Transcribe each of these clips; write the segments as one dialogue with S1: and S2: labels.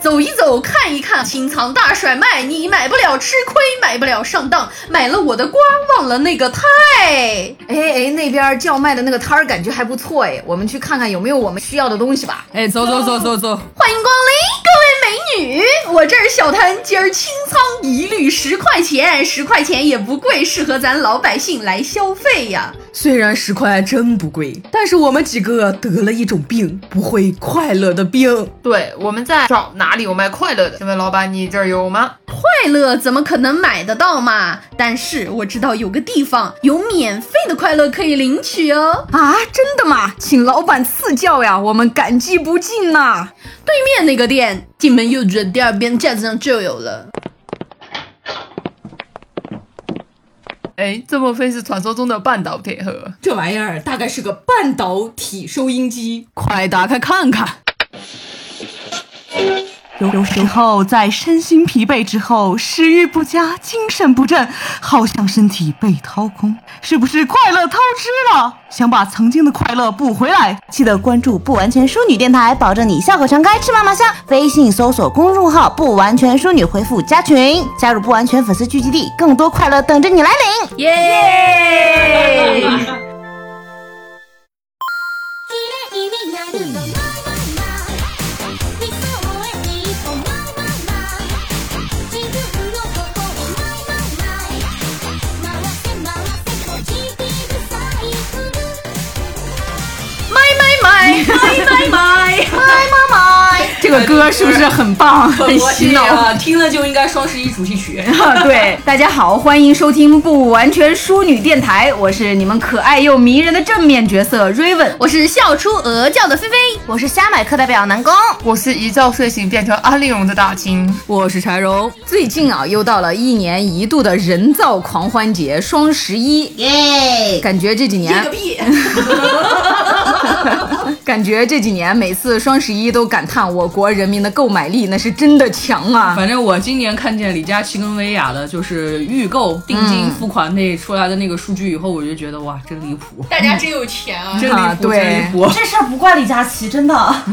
S1: 走一走，看一看，清仓大甩卖，你买不了吃亏，买不了上当，买了我的瓜，忘了那个太。
S2: 哎哎，那边叫卖的那个摊儿感觉还不错哎，我们去看看有没有我们需要的东西吧。
S3: 哎，走走走走走，
S1: 欢迎光临，各位美女，我这儿小摊今儿清仓，一律十块钱，十块钱也不贵，适合咱老百姓来消费呀。
S4: 虽然十块真不贵，但是我们几个得了一种病，不会快乐的病。
S5: 对，我们在找哪里有卖快乐的？请问老板，你这儿有吗？
S1: 快乐怎么可能买得到嘛？但是我知道有个地方有免费的快乐可以领取哦。
S2: 啊，真的吗？请老板赐教呀，我们感激不尽呐、
S1: 对面那个店，进门右转，第二边架子上就有了。
S5: 哎，这莫非是传说中的半岛铁盒？
S4: 这玩意儿大概是个半导体收音机，
S3: 快打开看看。
S4: 有有时候在身心疲惫之后，食欲不佳、精神不振，好像身体被掏空，是不是快乐透支了？想把曾经的快乐补回来，
S6: 记得关注不完全淑女电台，保证你笑口常开，吃嘛嘛香。微信搜索公众号“不完全淑女”，回复加群，加入不完全粉丝聚集地，更多快乐等着你来领。
S1: 耶、
S7: 「きれいになるのワンワンワン」「理想へに行こうワンワンワン」「自分のここをワンワンワン」「回せ回せポジティブサイクル」
S1: 买买买买买！
S2: 这个歌是不是很 棒？很洗脑。
S3: 啊，听了就应该双十一主题 曲。
S2: 对，大家好，欢迎收听不完全淑女电台，我是你们可爱又迷人的正面角色 Raven。
S1: 我是笑出鹅叫的菲菲，
S6: 我是瞎买课代表南宫，
S5: 啊我是一觉睡醒变成安利荣的大清。
S3: 我是柴荣，
S2: 最近啊，又到了一年一度的人造狂欢节双十一，
S6: 耶！
S2: 感觉这几年
S1: 屁！
S2: 感觉这几年每次双十一都感叹我国人民的购买力那是真的强啊！
S3: 反正我今年看见李佳琦跟薇娅的，就是预购定
S2: 嗯
S3: 金付款那出来的那个数据以后，我就觉得哇，真离谱，
S5: 大家真有钱啊！
S3: 真离
S2: 啊
S3: 谱，
S2: 对
S3: 真离谱。
S6: 这事儿不怪李佳琦，真的。
S3: 他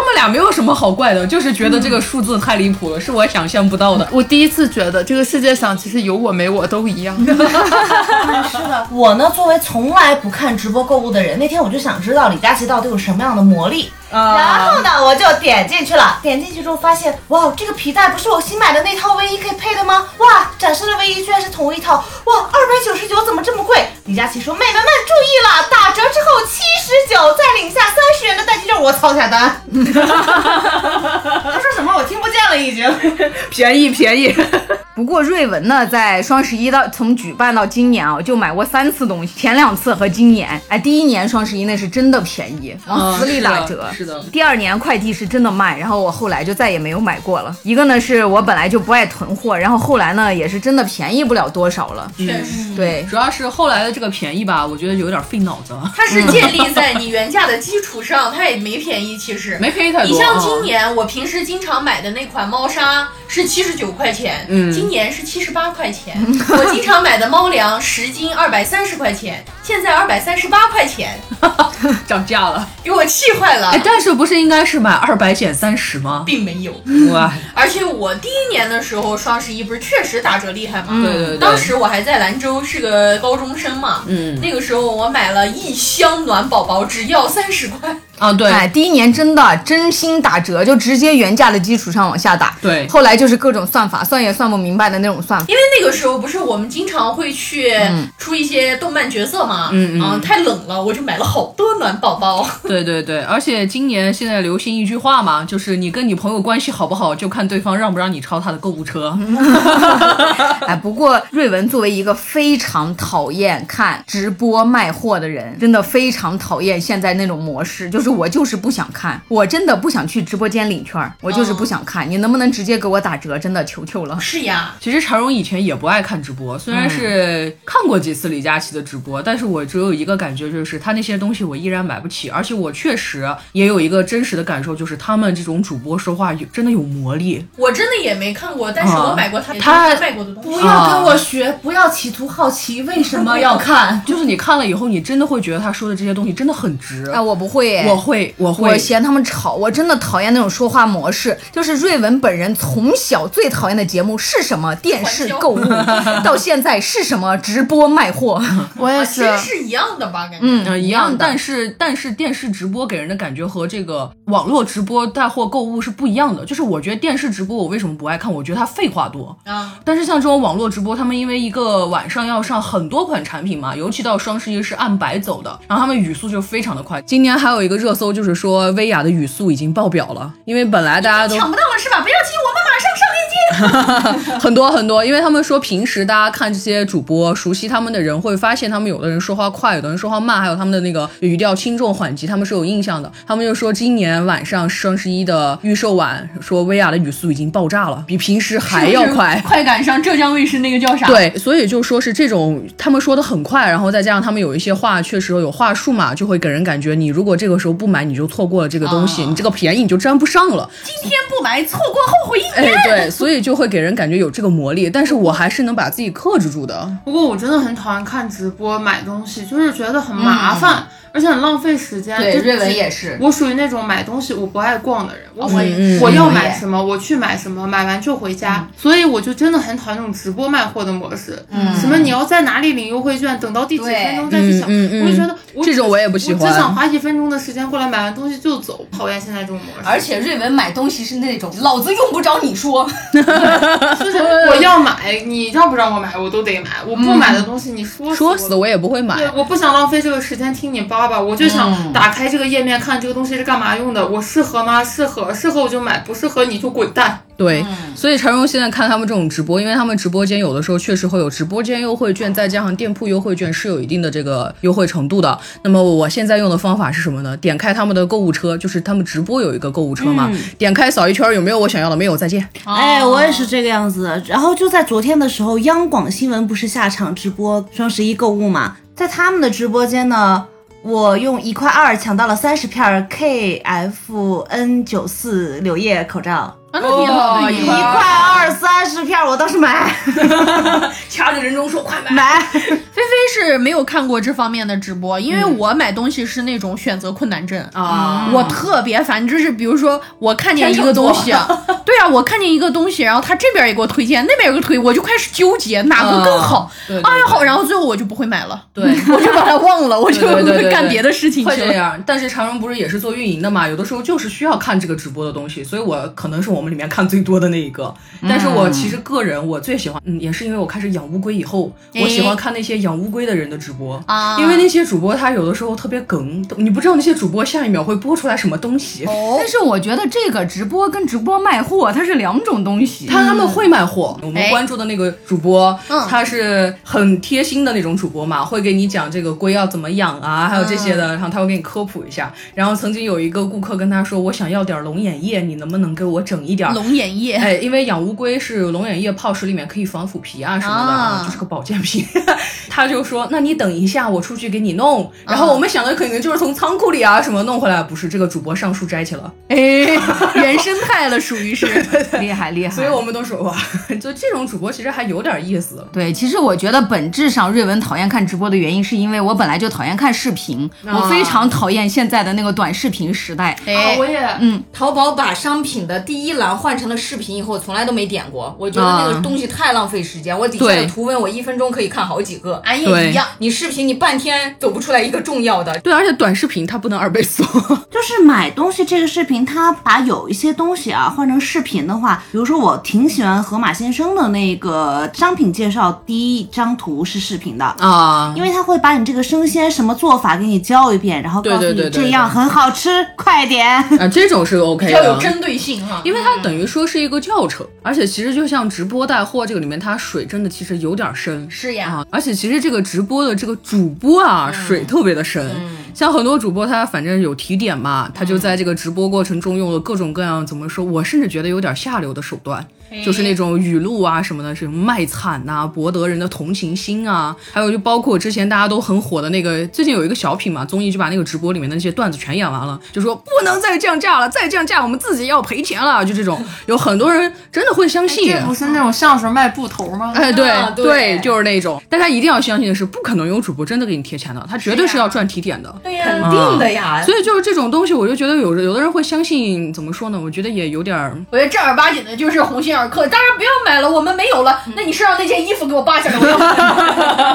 S3: 们俩没有什么好怪的，就是觉得这个数字太离谱了，是我想象不到的。
S5: 我第一次觉得这个世界上其实有我没我都一样。
S6: 是的，我呢作为从来不看直播购物的人，那天我就想知道李佳琦到底有什么样的魔力。然后呢，我就点进去了。点进去之后发现，哇，这个皮带不是我新买的那套卫衣可以配的吗？哇，展示的卫衣居然是同一套，哇，二百九十九怎么这么贵？李佳琦说：“妹妹们注意了，打折之后七十九，再领下三十元的代金券。”我操，下单。 他说什么我听不见了，已经。
S3: 便宜便宜，
S2: 不过瑞文呢，在双十一到从举办到今年啊，就买过三次东西，前两次和今年。哎，第一年双十一那是真的便宜，往死里打折。
S3: 啊是的，
S2: 第二年快递是真的慢，然后我后来就再也没有买过了。一个呢是我本来就不爱囤货，然后后来呢也是真的便宜不了多少了。
S3: 确实。
S2: 对，
S3: 主要是后来的这个便宜吧，我觉得有点费脑子，
S1: 它是建立在你原价的基础上，它也没便宜，其实。
S3: 没便宜太多。
S1: 你像
S3: 嗯
S1: 今年我平时经常买的那款猫砂是七十九块钱，
S3: 嗯
S1: 今年是七十八块钱。我经常买的猫粮十斤二百三十块钱，现在二百三十八块钱，
S3: 涨价了，
S1: 给我气坏了
S3: 哎，。但是不是应该是买二百减三十吗？
S1: 并没有，
S3: 哇，
S1: 而且我第一年的时候双十一不是确实打折厉害吗？
S3: 嗯对对对，
S1: 当时我还在兰州，是个高中生嘛。
S3: 嗯
S1: 那个时候我买了一箱暖宝宝，只要三十块。
S3: 啊对，
S2: 哎，第一年真的真心打折，就直接原价的基础上往下打。
S3: 对
S2: 后来就是各种算法，算也算不明白的那种 算法。
S1: 因为那个时候不是我们经常会去出一些动漫角色嘛，
S3: 嗯嗯
S1: 太冷了，我就买了好多暖宝 宝。
S3: 对对对，而且今年现在流行一句话嘛，就是你跟你朋友关系好不好，就看对方让不让你超他的购物车。
S2: 嗯哎，不过瑞文作为一个非常讨厌看直播卖货的人，真的非常讨厌现在那种模式。就是我就是不想看，我真的不想去直播间领券儿，我就是不想看。你能不能直接给我打折？真的求求了。
S1: 是呀，
S3: 其实柴荣以前也不爱看直播，虽然
S2: 嗯
S3: 是看过几次李佳琦的直播，但是我只有一个感觉，就是他那些东西我依然买不起，而且我确实也有一个真实的感受，就是他们这种主播说话有真的有魔力。
S1: 我真的也没看过，但是我买过啊他、
S3: 他
S1: 卖过的东西。啊
S3: 要跟我
S6: 学，不要企图好奇 为什么要看。
S3: 就是你看了以后，你真的会觉得他说的这些东西真的很值。
S2: 哎，我不会哎，
S3: 我会，我会，
S2: 我嫌他们吵，我真的讨厌那种说话模式。就是瑞文本人从小最讨厌的节目是什么？电视购 物，到现在是什么？直播卖货。
S8: 我也是，
S1: 真啊是一样的吧？感觉。
S2: 嗯，
S3: 嗯，一
S2: 一
S3: 样，
S2: 样的。
S3: 但是但是电视直播给人的感觉和这个网络直播带货购物是不一样的。就是我觉得电视直播我为什么不爱看？我觉得它废话多。
S1: 啊，
S3: 但是像这种网络直播，他们因为一个晚上要上很多款产品嘛，尤其到双十一是按百走的，然后他们语速就非常的快。今年还有一个热搜就是说薇娅的语速已经爆表了，因为本来大家都
S1: 抢不到了是吧？不要急，我们马上上链接。
S3: 很多很多，因为他们说平时大家看这些主播，熟悉他们的人会发现，他们有的人说话快，有的人说话慢，还有他们的那个语调轻重缓急，他们是有印象的。他们就说今年晚上双十一的预售晚，说薇娅的语速已经爆炸了，比平时还要快。
S1: 快赶上浙江卫视那个叫啥？，
S3: 对，所以就说是这种他们说的很快，然后再加上他们有一些话确实有话术嘛，就会给人感觉你如果这个时候不买，你就错过了这个东西，
S1: 啊
S3: 你这个便宜你就沾不上了。
S1: 今天不买错过后悔一年。
S3: 哎，对，所以就会给人感觉有这个魔力，但是我还是能把自己克制住的。
S5: 不过我真的很讨厌看直播买东西，就是觉得很麻烦，而且很浪费时间。
S2: 对，
S5: 就
S2: 瑞文
S5: 只
S2: 也是。
S5: 我属于那种买东西我不爱逛的人，我
S2: 我也是
S5: 我要
S2: 我
S5: 买
S2: 也
S5: 什么我去买什么，买完就回家，所以我就真的很讨厌那种直播卖货的模式。嗯，什么你要在哪里领优惠券，等到第几
S2: 对
S5: 分钟再去想，
S3: 嗯嗯嗯
S5: 我就觉得我
S3: 这种我
S5: 我
S3: 也不喜
S5: 我
S3: 欢
S5: 只想花一分钟的时间过来买完东西就走，讨厌现在这种模式。
S2: 而且瑞文买东西是那种老子用不着你说，
S5: 就是我要买，你让不让我买我都得买，我不买的东西你说
S3: 说
S5: 死
S3: 死我也不会
S5: 对
S3: 买，。
S5: 我不想浪费这个时间听你叭叭，我就想打开这个页面看这个东西是干嘛用的，我适合吗？适合，适合我就买，不适合你就滚蛋。
S3: 对，所以陈荣现在看他们这种直播，因为他们直播间有的时候确实会有直播间优惠券，再加上店铺优惠券是有一定的这个优惠程度的。那么我现在用的方法是什么呢？点开他们的购物车，就是他们直播有一个购物车嘛，点开扫一圈有没有我想要的，没有再见。
S6: 哎，我也是这个样子。然后就在昨天的时候，央广新闻不是下场直播双十一购物嘛，在他们的直播间呢，我用一块二抢到了三十片 KFN 九四柳叶口罩，
S3: 啊，那挺好的，
S6: 一块二三十片，我倒是买
S3: 掐着人中说快买。
S6: 买。
S1: 菲菲是没有看过这方面的直播，因为我买东西是那种选择困难症啊，
S2: 嗯
S1: 我特别烦。就是比如说，我看见一个东西， 对啊，我看见一个东西，然后他这边也给我推荐，那边有个推，我就开始纠结哪个更
S2: 啊
S1: 好。
S3: 对对
S1: 哎呀，好，然后最后我就不会买了，
S3: 对，
S1: 我就把它忘了，我就
S3: 对对对对 对
S1: 干别的事情
S3: 会
S1: 去
S3: 这
S1: 了。
S3: 样，但是常荣不是也是做运营的嘛，有的时候就是需要看这个直播的东西，所以我可能是我们里面看最多的那一个。
S1: 嗯
S3: 但是我其实个人我最喜欢，嗯，也是因为我开始养乌龟以后，我喜欢看那些养乌龟的人的直播，
S1: 啊
S3: 因为那些主播他有的时候特别梗，你不知道那些主播下一秒会播出来什么东西。
S2: 但是我觉得这个直播跟直播卖货它是两种东西。
S3: 他他们会卖货，我
S1: 哎
S3: 们关注的那个主播，
S1: 嗯
S3: 他是很贴心的那种主播嘛，会给你讲这个龟要怎么养啊，还有这些的，
S1: 嗯
S3: 然后他会给你科普一下。然后曾经有一个顾客跟他说，我想要点龙眼叶，你能不能给我整一点？
S1: 龙眼叶，
S3: 哎，因为养乌龟是龙眼叶泡食里面可以防腐皮啊什么的，
S1: 啊
S3: 就是个保健品。 他就说，那你等一下，我出去给你弄。
S1: 啊
S3: 然后我们想的可能就是从仓库里啊什么弄回来，不是这个主播上树摘去了。
S1: 哎，原生态了，属 于是。
S2: 厉害厉
S1: 哎
S2: 害。
S3: 所以我们都说哇， 就这种主播其实还有点意思。
S2: 对，其实我觉得本质上瑞文讨厌看直播的原因，是因为我本来就讨厌看视频，我非常讨厌现在的那个短视频时代。
S1: 哎，
S5: 我也
S2: 嗯，淘宝把商品的第一栏换成了视频以后，从来都没点过。我觉得那个东西太浪费时间。我底下的
S3: 对
S2: 图文，我一分钟可以看好几个。
S1: 俺也
S3: 对
S1: 一样。
S2: 你视频，你半天走不出来一个重要的。
S3: 对，而且短视频它不能二倍速。
S6: 就是买东西这个视频，它把有一些东西啊换成视频的话，比如说我挺喜欢河马先生的那个商品介绍，第一张图是视频的
S3: 啊，
S6: 因为他会把你这个生鲜什么做法给你教一遍，然后告诉
S3: 对
S6: 你
S3: 对对对
S6: 这样很好吃，快点。
S3: 啊，这种是 OK
S1: 要有
S3: 的。
S1: 针对性哈，
S3: 因为它等于说是一个教程，而且其实就像直播带货这个里面，它水真的其实有点深，
S1: 是呀嗯
S3: 啊，而且其实这个直播的这个主播啊，水特别的深，像很多主播他反正有提
S1: 嗯
S3: 点嘛，他就在这个直播过程中用了各种各样怎么说，我甚至觉得有点下流的手段，就是那种语录啊什么的，什么卖惨呐、博得人的同情心啊，还有就包括之前大家都很火的那个，最近有一个小品嘛，综艺就把那个直播里面的那些段子全演完了，就说不能再降价了，再降价我们自己要赔钱了，就这种，有很多人真的会相信。
S5: 哎这不是那种相声卖布头吗？
S3: 哎，对、
S2: 啊对
S3: 就是那种，但他一定要相信的是，不可能有主播真的给你贴钱的，他绝对是要赚提点的。
S2: 对呀、肯定的呀。
S5: 啊
S3: 所以就是这种东西，我就觉得有有的人会相信，怎么说呢？我觉得也有点儿
S1: 我觉得正儿八经的就是鸿星尔克，当然不要买了，我们没有了。
S2: 嗯
S1: 那你身上那件衣服给我扒下来，我要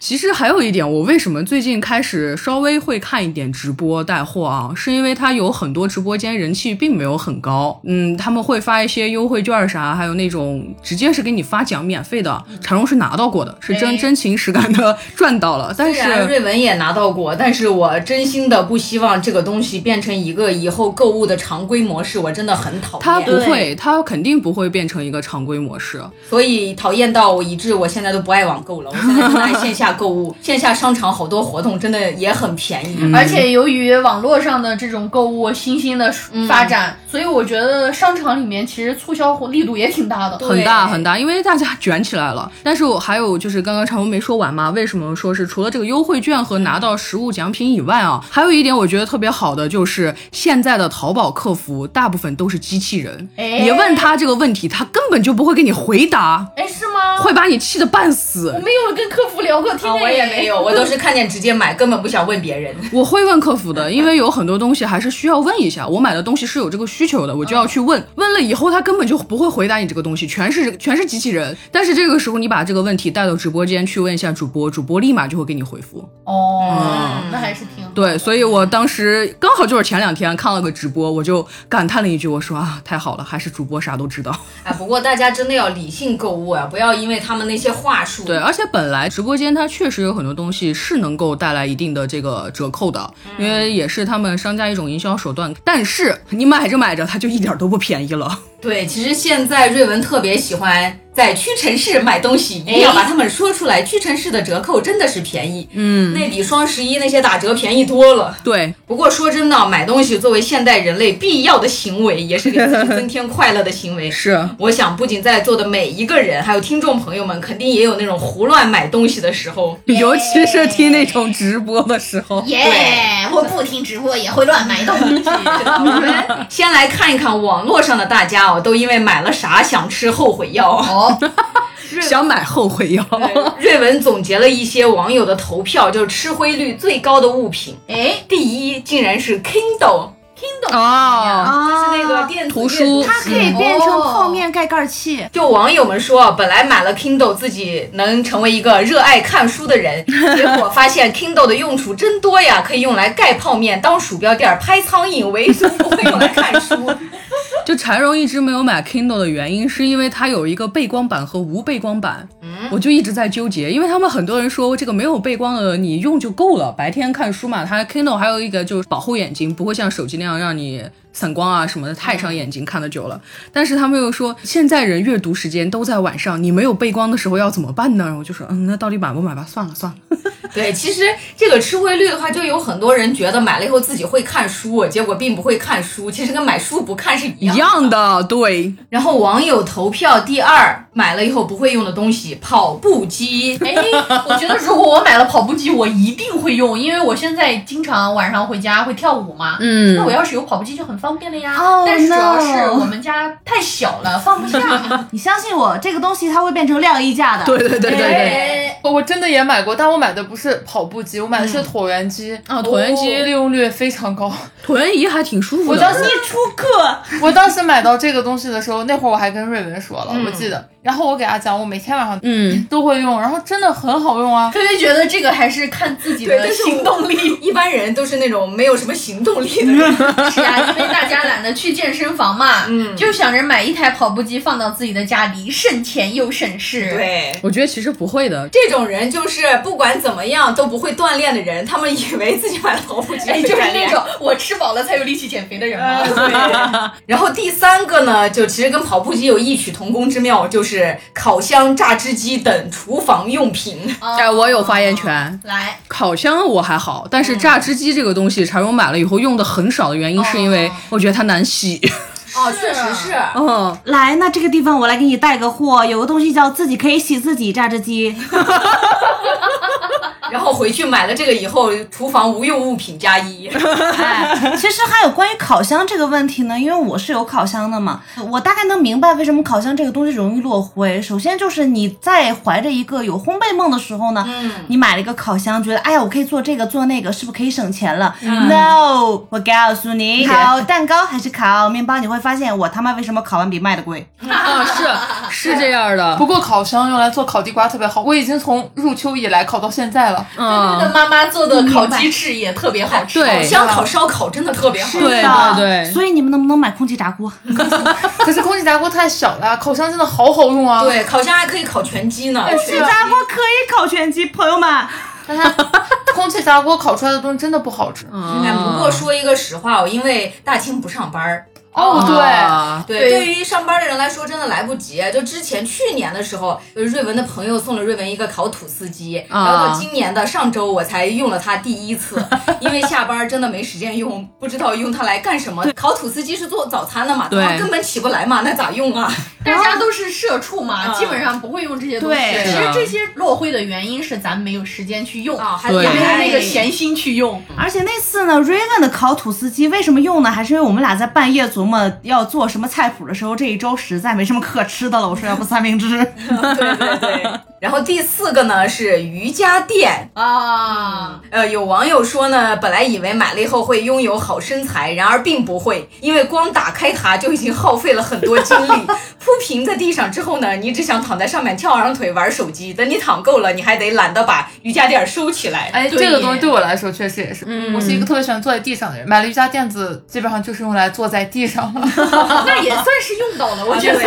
S3: 其实还有一点，我为什么最近开始稍微会看一点直播带货啊？是因为它有很多直播间人气并没有很高，嗯，他们会发一些优惠券儿啥，还有那种直接是给你发奖免费的，产荣是拿到过的，是真、真情实感的赚到了。但
S2: 虽然
S3: 是
S2: 瑞文也拿到过，但是我真心的不希望这个东西变成一个以后购物的常规模式，我真的很讨厌。
S3: 它不会，它肯定不会变成一个常规模式。
S2: 所以讨厌到我以致我现在都不爱网购了，我 现在很爱线下购物，线下商场好多活动真的也很便宜。
S3: 嗯
S1: 而且由于网络上的这种购物新兴的发展，
S2: 嗯
S1: 所以我觉得商场里面其实促销力度也挺大的。
S3: 很大很大，因为大家卷起来了。但是我还有就是刚刚长虹没说完嘛，为什么说是除了这个优惠券和拿到实物奖品以外啊，还有一点我觉得特别好的就是现在的淘宝客服大部分都是机器人，
S1: 哎
S3: 你问他这个问题，他根本就不会给你回答，
S1: 哎，是吗？
S3: 会把你气得半死
S1: 我。没有跟客服聊过天、
S2: 啊，我也没有，我都是看见直接买，根本不想问别人。
S3: 我会问客服的，因为有很多东西还是需要问一下。我买的东西是有这个需求的，我就要去问。问了以后，他根本就不会回答你这个东西，全是全是机器人。但是这个时候，你把这个问题带到直播间去问一下主播，主播立马就会给你回复。
S1: 哦，那还是挺好。
S3: 对，所以我当时刚好就是前两天看了个直播，我就感叹了一句，我说啊，太好了，还是主播啥都知道。
S2: 哎，不过大家真的要理性购物啊，不要因为他们那些话术。
S3: 对，而且本来直播间它确实有很多东西是能够带来一定的这个折扣的，因为也是他们商家一种营销手段。但是你买着买着，它就一点儿都不便宜了。
S2: 对，其实现在瑞文特别喜欢在屈臣氏买东西，一定要把他们说出来。屈臣氏的折扣真的是便宜，嗯，那比双十一那些打折便宜多了。
S3: 对，
S2: 不过说真的，买东西作为现代人类必要的行为，也是给自己增添快乐的行为。
S3: 是。
S2: 我想，不仅在座的每一个人，还有听众朋友们，肯定也有那种胡乱买东西的时候。
S3: 尤其是听那种直播的时候，
S6: 耶，我不听直播也会乱买东西。
S2: 我们先来看一看网络上的大家哦，都因为买了啥想吃后悔药。
S3: 想买后悔药。
S2: 瑞文总结了一些网友的投票，就是吃灰率最高的物品。
S1: 哎，
S2: 第一竟然是 Kindle，
S3: 哦，
S2: 就是那个电子
S3: 图书
S2: 它
S1: 可以变成泡面盖盖器。
S2: 就网友们说，本来买了 Kindle 自己能成为一个热爱看书 的人，结果发现 Kindle 的用处真多呀，可以用来盖泡面、当鼠标垫、拍苍蝇，唯独不会用来看 书。
S3: 就柴荣一直没有买 Kindle 的原因，是因为它有一个背光版和无背光版，我就一直在纠结，因为他们很多人说这个没有背光的你用就够了，白天看书嘛。它 Kindle 还有一个就是保护眼睛，不会像手机那样让你散光啊什么的太伤眼睛，看得久了。但是他们又说现在人阅读时间都在晚上，你没有背光的时候要怎么办呢？我就说，嗯，那到底买不买吧？算了算了。
S2: 对，其实这个吃灰率的话，就有很多人觉得买了以后自己会看书，结果并不会看书，其实跟买书不看是一
S3: 一
S2: 样的。
S3: 样的，对，
S2: 然后网友投票第二，买了以后不会用的东西，跑步机。
S1: 哎，我觉得如果我买了跑步机，我一定会用，因为我现在经常晚上回家会跳舞嘛。
S3: 嗯
S1: 那我要是有跑步机就很方便了呀。
S6: Oh,
S1: 但是主要
S6: no
S1: 是我们家太小了，放不下。
S6: 你相信我，这个东西它会变成晾衣架的。
S3: 对对对对对，
S1: 哎，
S5: 哦我真的也买过，但我买的不是跑步机，我买的是椭圆机。
S3: 啊椭圆机
S5: 嗯哦利用率非常 高。
S3: 椭圆仪还挺舒服
S5: 我
S3: 的。
S5: 当时出课，我当时买到这个东西的时候，那会儿我还跟瑞文说了，我记得。然后我给他讲，我每天晚上
S3: 嗯，
S5: 都会用，然后真的很好用啊。
S1: 菲菲觉得这个还是看自己的行动力。
S2: 力，一般人都是那种没有什么行动力的 人。
S1: 是啊，因为大家懒得去健身房嘛，嗯，就想着买一台跑步机放到自己的家里，省钱又省事。，
S2: 对，
S3: 我觉得其实不会的，
S2: 这种人就是不管怎么样都不会锻炼的人，他们以为自己买了跑步机
S1: 哎，
S2: 会
S1: 就是
S2: 锻
S1: 那
S2: 炼
S1: 种我吃饱了才有力气减肥的人嘛。
S2: 哎然后第三个呢，就其实跟跑步机有异曲同工之妙，就是烤箱、榨汁机等厨房用品。
S3: 哎，我有发言权。
S1: 来，
S3: 烤箱我还好，但哦是榨汁机这个东西，柴荣买了以后用的很少的原因，是因为我觉得它难洗。
S2: 是
S9: 哦，确实是。
S1: 嗯，
S3: 哦
S6: 来，那这个地方我来给你带个货，有个东西叫自己可以洗自己榨汁机。
S2: 然后回去买了这个以后，厨房无用物品 加一。
S6: 哎， 其实还有关于烤箱这个问题呢，因为我是有烤箱的嘛，我大概能明白为什么烤箱这个东西容易落灰。首先就是你在怀着一个有烘焙梦的时候呢，
S3: 嗯
S6: 你买了一个烤箱，觉得哎呀，我可以做这个做那个，是不是可以省钱了、n
S3: 嗯
S6: o 我告诉 你，烤蛋糕还是烤面包，你会发现我他妈为什么烤完比卖的贵？
S3: 啊，是是这样的，
S5: 不过烤箱用来做烤地瓜特别好，我已经从入秋以来烤到现在了。
S3: 嗯
S9: 那个妈妈做的烤鸡翅也特别好吃。
S3: 对
S2: 香烤、烧烤真的特别好。
S3: 对
S6: 啊
S3: 对对，
S6: 所以你们能不能买空气炸 锅？
S5: 可是空气炸锅太小了，烤箱真的好好用啊。，
S2: 对，烤箱还可以烤全鸡
S1: 哎
S2: 呢。
S6: 气炸锅可以烤全鸡，朋友们。
S5: 但它 空气炸锅烤出来的东西真的不好吃。
S3: 哦嗯
S2: 哎，不过说一个实话，我因为大清不上班儿，
S5: 哦，对，
S3: 啊
S2: 对，对于上班的人来说真的来不及。就之前去年的时候，就是瑞文的朋友送了瑞文一个烤吐司机，然后到今年的上周我才用了它第一次，因为下班真的没时间用，不知道用它来干什么。烤吐司机是做早餐的嘛，早
S3: 对
S2: 上根本起不来嘛，那咋用啊？
S1: 大家都是社畜嘛，基本上不会用这些东西。
S6: 对
S1: 其
S3: 是
S1: 实
S3: 啊哦
S1: 这些落灰的原因是咱们没有时间去用，
S2: 啊，还
S1: 也
S3: 对
S1: 没有那个闲心去用。
S6: 而且那次呢，Raven 的烤吐司机为什么用呢？还是因为我们俩在半夜琢磨要做什么菜谱的时候，这一周实在没什么可吃的了。我说要 不三明治，
S2: 对对对。然后第四个呢是瑜伽垫啊，呃，有网友说呢，本来以为买了以后会拥有好身材，然而并不会，因为光打开它就已经耗费了很多精力。 铺平在地上之后呢，你只想躺在上面翘二郎腿玩手机。等你躺够了，你还得懒得把瑜伽垫收起来。
S5: 哎，
S1: 对
S5: 这个东西对嗯我来说确实也是，我是一个特别喜欢坐在地上的人，买了瑜伽垫子，基本上就是用来坐在地上了。
S1: 那也算是用到了，我觉得。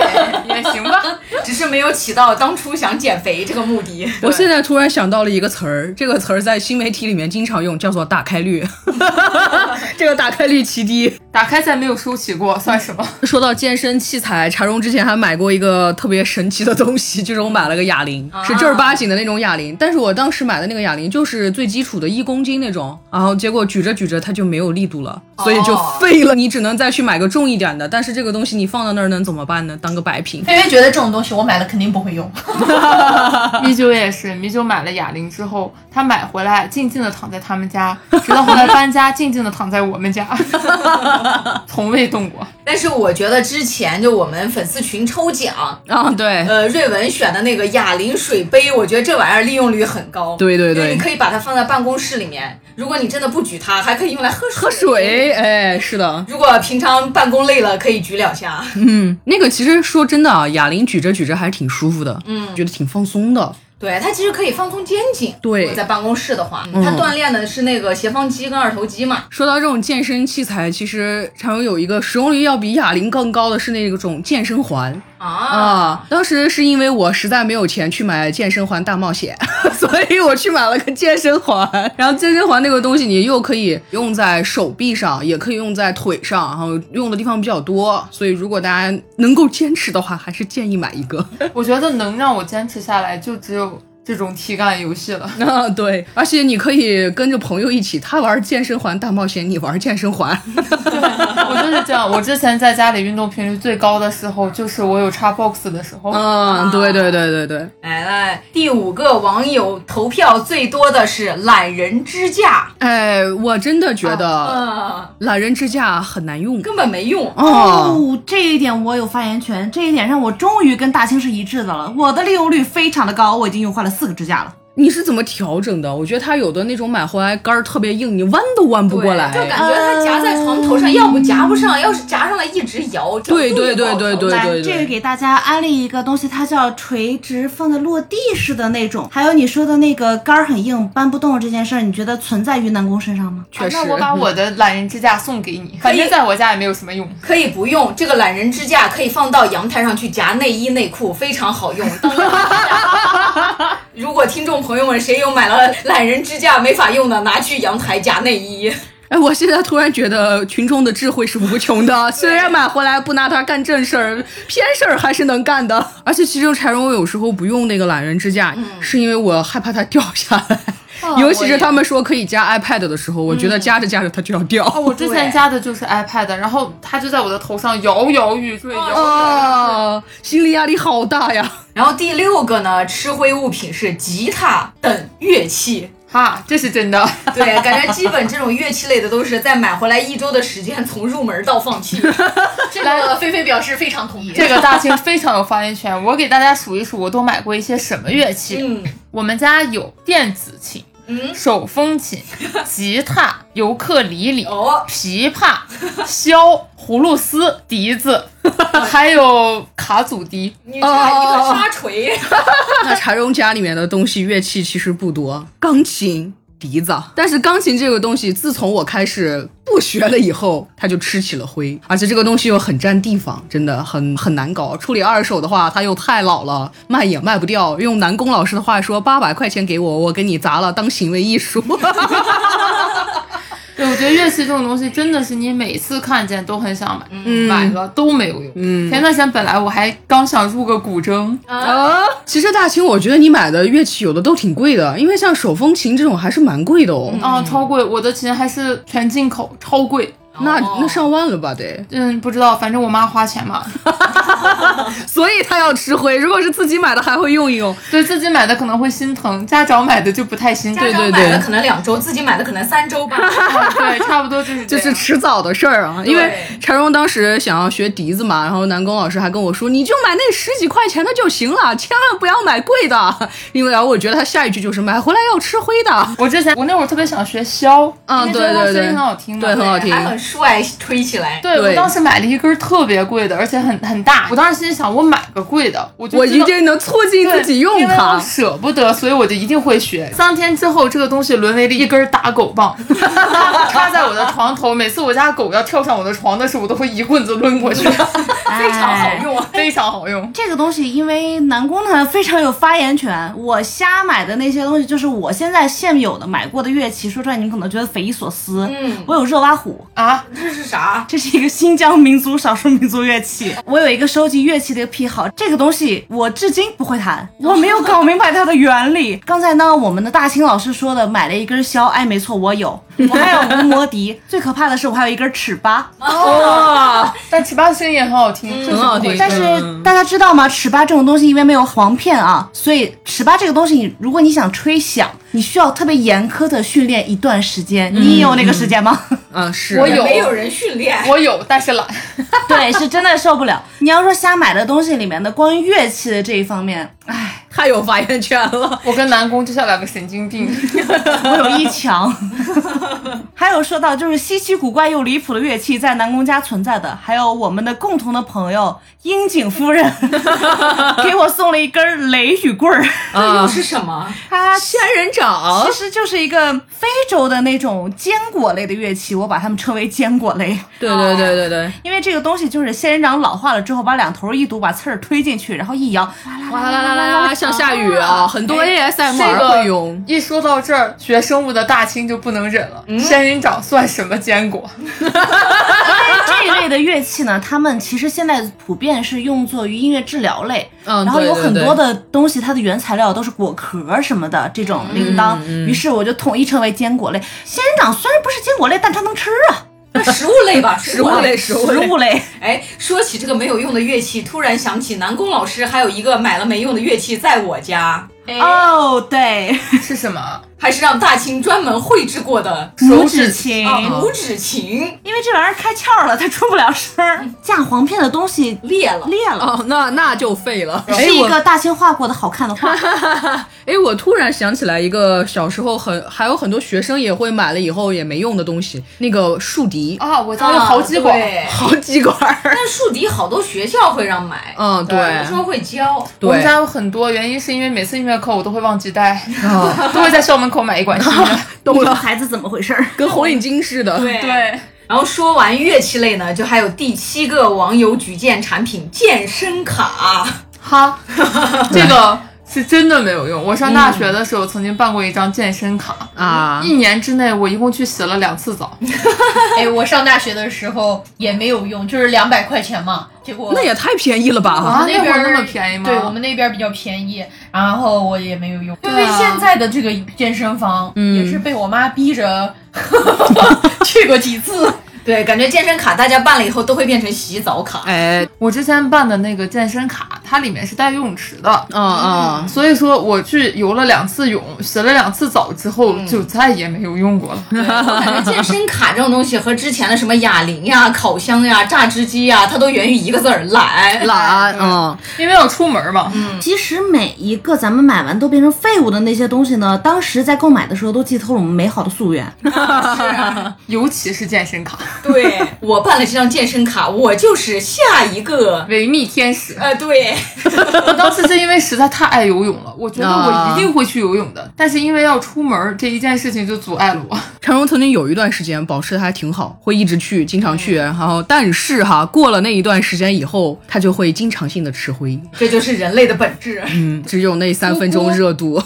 S5: 也行吧。
S2: 只是没有起到当初想减肥这个目的。
S3: 我现在突然想到了一个词儿，这个词儿在新媒体里面经常用，叫做“打开率”， 这个打开率奇低。
S5: 打开再没有收起过，算什么？
S3: 说到健身器材，茶荣之前还买过一个特别神奇的东西，就是我买了个哑铃，是正儿八经的那种哑铃。但是我当时买的那个哑铃就是最基础的一公斤那种，然后结果举着举着它就没有力度了，所以就废了。你只能再去买个重一点的，但是这个东西你放到那儿能怎么办呢？当个摆品。
S1: 菲菲觉得这种东西我买了肯定不会用，
S5: 米酒也 是，米酒买了哑铃之后，他买回来静静的躺在他们 家，直到后来搬家，静静的躺在我们 家，从未动过。
S2: 但是我觉得之前就我们粉丝群抽奖，
S3: 啊，对，
S2: 呃，瑞文选的那个哑铃水杯，我觉得这玩意儿利用率很高。
S3: 对对
S2: 就是
S3: 对
S2: 你，可以把它放在办公室里面，如果你真的不举它，还可以用来喝水。
S3: 喝。水，哎，是的。
S2: 如果平常办公累了，可以举两 下。
S3: 那个其实说真的啊，哑铃举着举着还挺舒服的，嗯，觉得挺放松的。
S2: 对，它其实可以放松肩颈。
S3: 对嗯
S2: 如果在办公室的话，它锻炼的是那个斜方肌跟二头肌嘛。
S3: 说到这种健身器材，其实常有有一个使用率要比哑铃更高的是那种健身环
S2: 啊，
S3: 啊。当时是因为我实在没有钱去买健身环大冒险， 所以我去买了个健身环。然后健身环那个东西，你又可以用在手臂上，也可以用在腿上，然后用的地方比较多。所以如果大家能够坚持的话，还是建议买一个。
S5: 我觉得能让我坚持下来，就只有这种体感游戏了。
S3: 啊，对，而且你可以跟着朋友一起，他玩健身环大冒险，你玩健身环。
S5: 我就是这样，我之前在家里运动频率最高的时候，就是我有插 box 的时候。啊
S3: 嗯，对对对对对。
S2: 来来，第五个网友投票最多的是懒人支架，
S3: 哎，我真的觉得
S2: 呃，
S3: 懒人支架很难用。
S2: 根本没用。
S3: 哦，
S6: 哦，这一点我有发言权，这一点上我终于跟大清是一致的了。我的利用率非常的高，我已经用坏了四个支架了。
S3: 你是怎么调整的？我觉得它有的那种买回来杆儿特别硬，你弯都弯不过来。嗯
S2: 就感觉它夹在床头上，要不夹不上，要是夹上了一直摇。
S3: 对对
S2: 角度也
S3: 对
S2: 不好
S3: 对
S2: 调
S3: 对
S6: 来，
S3: 对
S6: 这个
S3: 对。
S6: 给大家安利一个东西，它叫垂直放在落地式的那种。还有你说的那个杆儿很硬搬不动这件事儿，你觉得存在于南宫身上吗？
S3: 确实
S5: 啊那我把我的懒人支架送给你，反正在我家也没有什么用。
S2: 可以不用这个懒人支架，可以放到阳台上去夹内衣内裤，非常好 用。当懒人支架如果听众朋友们谁有买了懒人支架没法用的，拿去阳台夹内衣。
S3: 哎，我现在突然觉得群众的智慧是无穷 的，虽然买回来不拿它干正事儿，偏事儿还是能干的。
S2: 嗯
S3: 而且其实柴荣我有时候不用那个懒人支架，是因为我害怕它掉下来。
S2: 哦
S3: 尤其是他们说可以加 iPad 的时候，我觉得
S2: 嗯
S3: 加着加着它就要掉。
S2: 哦
S5: 我之前加的就是 iPad，然后它就在我的头上摇摇欲坠，摇摇欲坠。
S3: 啊， 心理压力好大呀！
S2: 然后第六个呢，吃灰物品是吉他等乐器。
S5: 哈，啊这是真的。
S2: 对，感觉基本这种乐器类的都是在买回来一周的时间，从入门到 放弃。
S1: 这个菲菲表示非常同意。
S5: 这个大庆非常有发言权。我给大家数一数，我都买过一些什么乐器。
S2: 嗯，
S5: 我们家有电子琴、
S2: 嗯
S5: 手风琴、吉他、尤克里里、
S2: 哦
S5: 琵琶、箫、葫芦丝、笛 子，还有卡祖笛。
S2: 你差一 个沙锤，
S3: 那茶荣家里面的东西乐器其实不多，钢琴、笛子。但是钢琴这个东西，自从我开始不学了以后，它就吃起了灰，而且这个东西又很占地方，真的很很难搞。处理二手的话，它又太老了，卖也卖不掉。用南宫老师的话说，八百块钱给我，我给你砸了当行为艺术。
S5: 对，我觉得乐器这种东西真的是你每次看见都很想买，
S3: 嗯
S5: 买了都没有用。前段时间本来我还刚想入个古筝，
S3: 啊，其实大清，我觉得你买的乐器有的都挺贵的，因为像手风琴这种还是蛮贵的哦。
S5: 啊，超贵，我的琴还是全进口，超贵。
S3: 那那上万了吧得，
S5: 嗯，不知道，反正我妈花 钱嘛，
S3: 所以他要吃灰。如果是自己买的，还会用一用。
S5: 对自己买的可能会心疼，家长买的就不太心疼。
S3: 对对
S2: 买的可能两周，自己买的可能三周吧。
S5: 对，差不多就是这
S3: 这
S5: 样
S3: 是迟早的事儿啊，因为
S2: 对
S3: 柴荣当时想要学笛子嘛，然后南宫老师还跟我说，你就买那十几块钱的就行了，千万不要买贵的， 因为然后我觉得他下一句就是买回来要吃灰的。
S5: 我之前我那会儿特别想学箫，
S3: 嗯
S5: 因为
S3: 对
S5: 这
S3: 对
S5: 个声
S3: 对
S5: 音很好听嘛，
S3: 对很好听
S2: 还很帅，吹起来。
S5: 对
S3: 对
S5: 我当时买了一根特别贵的，而且很很大。我当时心想，我买个贵的，我就
S3: 我
S5: 知
S3: 一
S5: 道
S3: 定能促进
S5: 对
S3: 自己用
S5: 因为我
S3: 它。
S5: 舍不得，所以我就一定会学。三天之后，这个东西沦为了一根打狗棒， 插在我的床头。每次我家狗要跳上我的床的时候，我都会一棍子抡 过去，
S6: 非常好
S3: 哎
S6: 用。
S5: 非常好用。
S6: 这个东西因为南宫呢非常有发言权， 我瞎买的那些东西就是我现在现有的买过的乐器，说出来你们可能觉得匪夷所思。嗯，我有热挖虎，
S5: 啊，
S6: 这是一个新疆民族少数民族乐器。我有一个收集乐器的癖好，这个东西我至今不会弹，我没有搞明白它的原理。刚才呢，我们的大清老师说的，买了一根箫，哎，没错，我有，我还有无魔笛， 最可怕的是我还有一根尺八。
S5: 但尺八的声音也很好听，很
S3: 嗯好听
S6: 但
S3: 嗯
S6: 是大家知道吗？尺八这种东西，因为没有簧片啊，所以尺八这个东西，你如果你想吹响，你需要特别严苛的训练一段时间。你有那个时间吗？
S3: 啊，是
S5: 我有
S2: 没有人训练。
S5: 我有，但是懒。
S6: 对，是真的受不了。你要说瞎买的东西里面的关于乐器的这一方面，唉，
S3: 太有发言权了。
S5: 我跟南宫就像两个神经病。
S3: 嗯
S6: 我有一 强。还有说到就是稀奇古怪又离谱的乐器在南宫家存在的，还有我们的共同的朋友樱井夫人 给我送了一根雷雨棍儿，
S2: 这又是什么？
S6: 她
S3: 仙人掌
S6: 其实就是一个非洲的那种坚果类的乐器，我把它们称为坚果类，
S3: 对对对对对，
S6: 因为这个东西就是仙人掌老化了之后，把两头一堵，把刺儿推进去，然后一摇，
S3: 哇啦啦啦啦啦，像下雨啊，很多 ASMR 会用。嗯
S5: 一说到这儿，学生物的大清就不能忍了。仙人掌算什么坚果？
S6: 这一类的乐器呢，它们其实现在普遍是用作于音乐治疗类，
S3: 嗯，
S6: 然后
S3: 对
S6: 有
S3: 对
S6: 很
S3: 对嗯
S6: 多的东西，它的原材料都是果壳什么的这种铃铛，于是我就统一称为坚果类。仙人掌虽然不是坚果类，但它能吃啊，
S2: 那食物类 吧，食
S3: 食物类食物
S6: 食
S3: 类。
S6: 物类。
S2: 哎，说起这个没有用的乐器，突然想起南宫老师还有一个买了没用的乐器，在我家，
S3: 哎
S6: 哦，对，
S5: 是什么？
S2: 还是让大清专门绘制过的
S6: 拇指琴，
S3: 哦
S2: 啊拇指琴
S6: 因为这玩意儿开窍了，它出不了声儿。架簧片的东西
S2: 裂了。
S6: 裂了，
S3: 哦，那那就废了。哎
S6: 是一
S3: 我
S6: 个大清画过的好看的 画。
S3: 哎，我突然想起来一个小时候很还有很多学生也会买了以后也没用的东西，那个竖笛，
S5: 啊，我
S2: 哎
S5: 家有好几管。
S2: 对，
S3: 好几管儿。
S2: 但竖笛好多学校会让买，
S3: 嗯，对
S2: 有时候会教。
S5: 我们
S3: 对
S5: 家有很多，原因是因为每次音乐课我都会忘记带，
S3: 啊，
S5: 都会在校门口买一管新的。
S3: 懂了，
S6: 孩子怎么回事儿？
S3: 跟红领巾似的。
S2: 对
S5: 对，
S2: 然后说完乐器类呢，就还有第七个网友举荐产品健身卡，
S5: 哈，这个是真的没有用。我上大学的时候曾经办过一张健身卡，
S3: 嗯
S10: 啊，
S5: 一年之内我一共去洗了两次澡，
S1: 哎，我上大学的时候也没有用，就是两百块钱嘛，结果
S3: 那也太便宜了吧！
S1: 我
S5: 啊
S1: 们那边
S5: 那会
S1: 儿
S5: 儿那么便宜吗
S1: 对我们那边儿比较便宜，然后我也没有用，因为
S5: 对啊
S1: 现在的这个健身房也是被我妈逼着去过几次。
S2: 对，感觉健身卡大家办了以后都会变成洗澡卡。
S3: 哎，
S5: 我之前办的那个健身卡，它里面是带游泳池的，
S3: 嗯嗯，
S5: 所以说我去游了两次泳，洗了两次澡之后，就再也没有用过了。
S2: 感觉健身卡这种东西和之前的什么哑铃呀、烤箱呀、榨汁机呀，它都源于一个字儿懒。
S10: 懒，嗯，
S5: 因为要出门嘛，
S6: 其实每一个咱们买完都变成废物的那些东西呢，当时在购买的时候都寄托了我们美好的夙愿。
S5: 尤其是健身卡，
S2: 对 我办了这张健身卡，我就是下一个。
S5: 维密天使。
S2: 呃，对，
S5: 我 当时是因为实在太爱游泳了，我觉得我一定会去游泳的，但是因为要出门这一件事情就阻碍了我。
S3: 陈荣曾经有一段时间保持的还挺好，会一直去，经常去，然后但是哈，过了那一段时间以后，他就会经常性的吃灰，
S2: 这就是人类的本质。
S3: 嗯，只有那三分钟热度，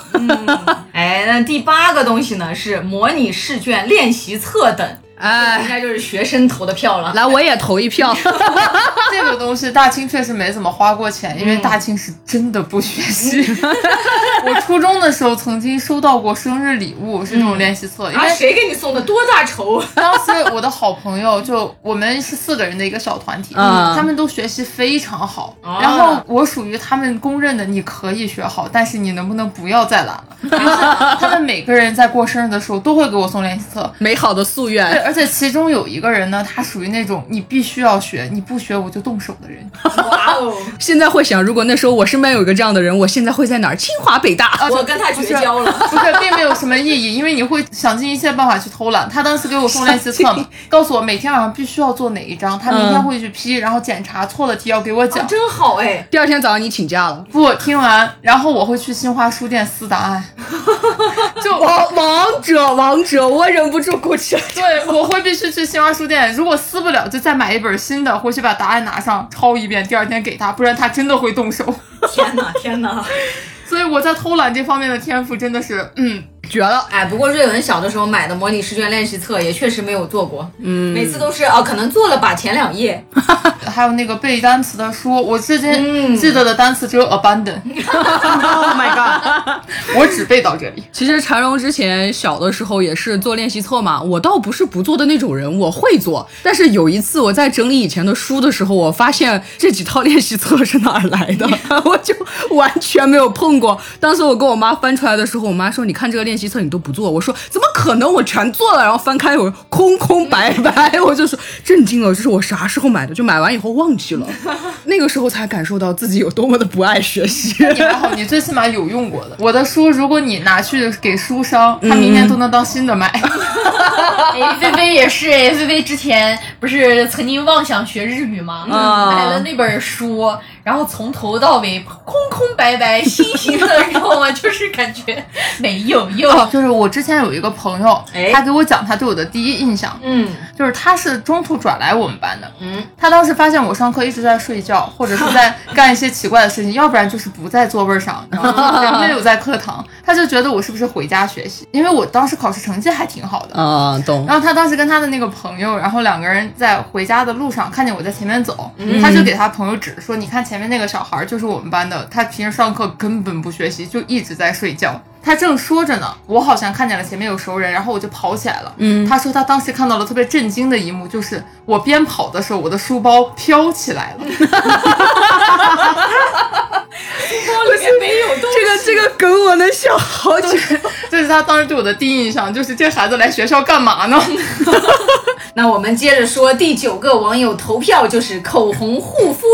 S2: 哎，那第八个东西呢是模拟试卷练习册等，应
S3: 哎，
S2: 该就是学生投的票了。
S3: 来我也投一票，
S5: 这个东西大清确实没怎么花过钱，因为大清是真的不学习。 我初中的时候曾经收到过生日礼物是那种练习册，因
S2: 啊，
S5: 为
S2: 谁给你送的多大仇？
S5: 当时我的好朋友就我们是四个人的一个小团体，
S3: 嗯
S5: 他们都学习非常好，然后我属于他们公认的你可以学好，但是你能不能不要再懒了？于是他们每个人在过生日的时候都会给我送练习册。
S3: 美好的夙
S5: 对，
S3: 愿，
S5: 而且其中有一个人呢，他属于那种你必须要学，你不学我就动手的人。
S2: 哇哦，
S3: 现在会想，如果那时候我身边有一个这样的人，我现在会在哪儿？清华北大，
S2: 我跟他绝交了。
S5: 不是，并没有什么意义，因为你会想尽一切办法去偷懒。他当时给我送练习册嘛，告诉我每天晚上必须要做哪一章，他明天会去批，然后检查错的题要给我讲。
S2: 真好哎，
S3: 第二天早上你请假了，
S5: 不听完，然后我会去新华书店撕 答案。就
S3: 王哦王者王者，我忍不住鼓起来。
S5: 对，我会必须去新华书店，如果撕不了，就再买一本新的，回去把答案拿上抄一遍，第二天给他，不然他真的会 动手。
S2: 天哪，天哪！
S5: 所以我在偷懒这方面的天赋真的是，嗯，
S3: 绝了！
S2: 哎，不过瑞文小的时候买的模拟试卷练习册也确实没有做过，嗯，每次都是啊，可能做了把前两页，
S5: 还有那个背单词的书，我至
S2: 嗯
S5: 今记得的单词只有 abandon，
S4: Oh my god！
S5: 我只背到这里。
S3: 其实缠荣之前小的时候也是做练习册嘛，我倒不是不做的那种人，我会做。但是有一次我在整理以前的书的时候，我发现这几套练习册是哪儿来 的，我就完全没有碰过。当时我跟我妈翻出来的时候，我妈说：“你看这个练习册你都不做。”我说：“怎么可能？我全做了。”然后翻开我空空白白，我就说震惊了，这是我啥时候买的？就买完以后忘记了，那个时候才感受到自己有多么的不爱学习。
S5: 你还好，你最起码有用过的。我的书，如果你拿去给书商，他明
S4: 嗯
S5: 年都能当新的卖。
S1: 哎，菲菲也是哎，菲菲之前不是曾经妄想学日语吗？
S3: 啊
S1: 买了那本书，然后从头到尾空空白白、星星的，你知道吗？ 就是感觉没有用。
S5: 就是我之前有一个朋友，他给我讲他对我的第一印象，
S2: 嗯，
S5: 就是他是中途转来我们班的，嗯，他当时发现我上课一直在睡觉，或者是在干一些奇怪的事情，要不然就是不在座位上，然后也没有在课堂，他就觉得我是不是回家学习？因为我当时考试成绩还挺好 的，
S3: 啊、懂。
S5: 然后他当时跟他的那个朋友，然后两个人在回家的路上看见我在前面走，他就给他朋友指说：“你看前面那个小孩儿就是我们班的，他平时上课根本不学习，就一直在睡觉。”他正说着呢，我好像看见了前面有熟人，然后我就跑起来了。嗯，他说他当时看到了特别震惊的一幕，就是我边跑的时候，我的书包飘起来了。
S3: 这个这个梗我能笑好久。
S5: 这是他当时对我的第一印象，就是这孩子来学校干嘛呢？
S2: 那我们接着说第九个网友投票就是口红护肤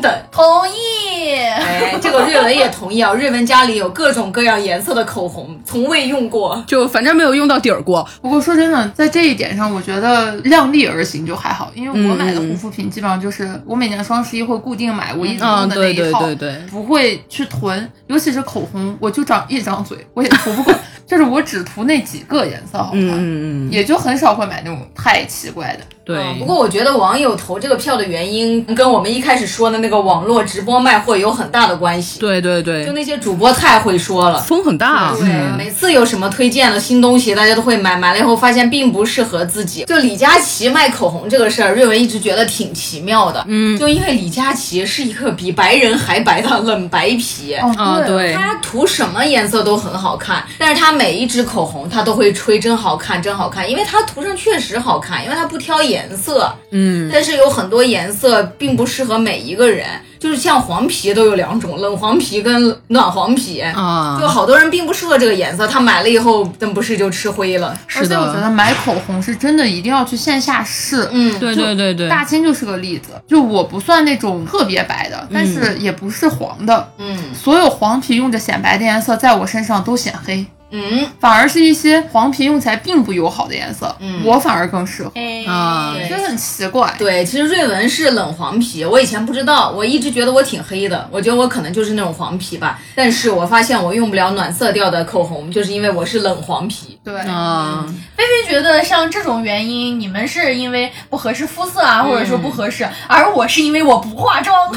S2: 等，
S1: 同意。
S2: 哎，这个瑞文也同意啊，瑞文家里有各种各样颜色的口红，从未用过。
S3: 就反正没有用到底儿过。
S5: 不过说真的，在这一点上，我觉得量力而行就还好，因
S3: 嗯
S5: 为我买的护肤品基本上就是我每年双十一会固定买我一直用
S3: 嗯，
S5: 的那
S3: 对
S5: 一
S3: 对
S5: 套，
S3: 对对，
S5: 不会去囤，尤其是口红，我就长一张嘴，我也涂不过， 就是我只涂那几个颜色好看，
S3: 嗯嗯嗯，
S5: 也就很少会买那种太奇怪的。
S3: 对，
S2: 啊不过我觉得网友投这个票的原因，跟我们一开始说的那个网络直播卖货有很大的关系。
S3: 对对
S2: 就
S3: 对，
S2: 那些主播太会说了。
S3: 风很大，
S2: 对，每次有什么推荐的新东西，大家都会买，买了以后发现并不适合自己。就李佳琦卖口红这个事儿，瑞文一直觉得挺奇妙的，嗯，就因为李佳琦是一个比白人还白的冷白皮。
S5: 哦
S3: 啊对，
S2: 他涂什么颜色都很好看，但是他每一支口红他都会吹真好看，真好看，因为他涂上确实好看，因为他不挑颜色，嗯，但是有很多颜色并不适合每一个人，就是像黄皮都有两种，冷黄皮跟暖黄皮
S3: 啊
S2: 就好多人并不适合这个颜色，他买了以后，真不是就吃灰了。
S5: 而
S3: 是
S5: 且我觉
S3: 的，
S5: 得买口红是真的一定要去线下试，
S2: 嗯，
S3: 对对对对，
S5: 大千就是个例子，就我不算那种特别白的，
S3: 嗯
S5: 但是也不是黄的，
S2: 嗯
S5: 所有黄皮用着显白的颜色，在我身上都显黑，
S2: 嗯，
S5: 反而是一些黄皮用起来并不友好的颜色，
S2: 嗯
S5: 我反而更适合，
S3: 啊，
S5: 就很奇怪。
S2: 对，其实瑞文是冷黄皮，我以前不知道，我一直觉得我挺黑的，我觉得我可能就是那种黄皮吧。但是我发现我用不了暖色调的口红，就是因为我是冷 黄皮。
S5: 对，
S3: 啊，
S1: 菲菲觉得像这种原因，你们是因为不合适肤色啊，或者说不合适，而我是因为我不化妆，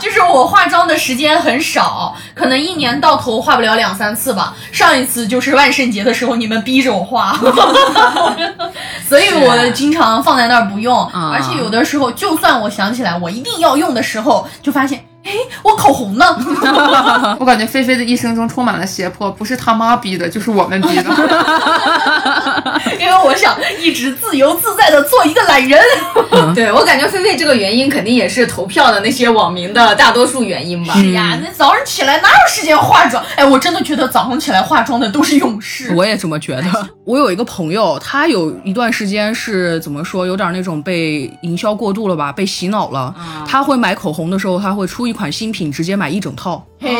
S1: 就是我化妆的时间很少，可能一年到头化不了两三次吧。上一次就是万圣节的时候，你们逼着我化，所以我经常放在那儿不用，
S3: 啊
S1: 而且有的时候，就算我想起来我一定要用的时候，就发现。哎，我口红呢？
S5: 我感觉菲菲的一生中充满了胁迫，不是他妈逼的， 就是我们逼的。
S1: 因为我想一直自由自在的做一个懒人。
S2: 对我感觉菲菲这个原因肯定也是投票的那些网民的大多数原因吧。
S1: 哎呀，那早上起来哪有时间化妆？哎，我真的觉得早上起来化妆的都是勇士。
S3: 我也这么觉得。 我有一个朋友，他有一段时间是怎么说，有点那种被营销过度了吧，被洗脑了。他会买口红的时候，他会出一款新品，直接买一整套。
S1: 嘿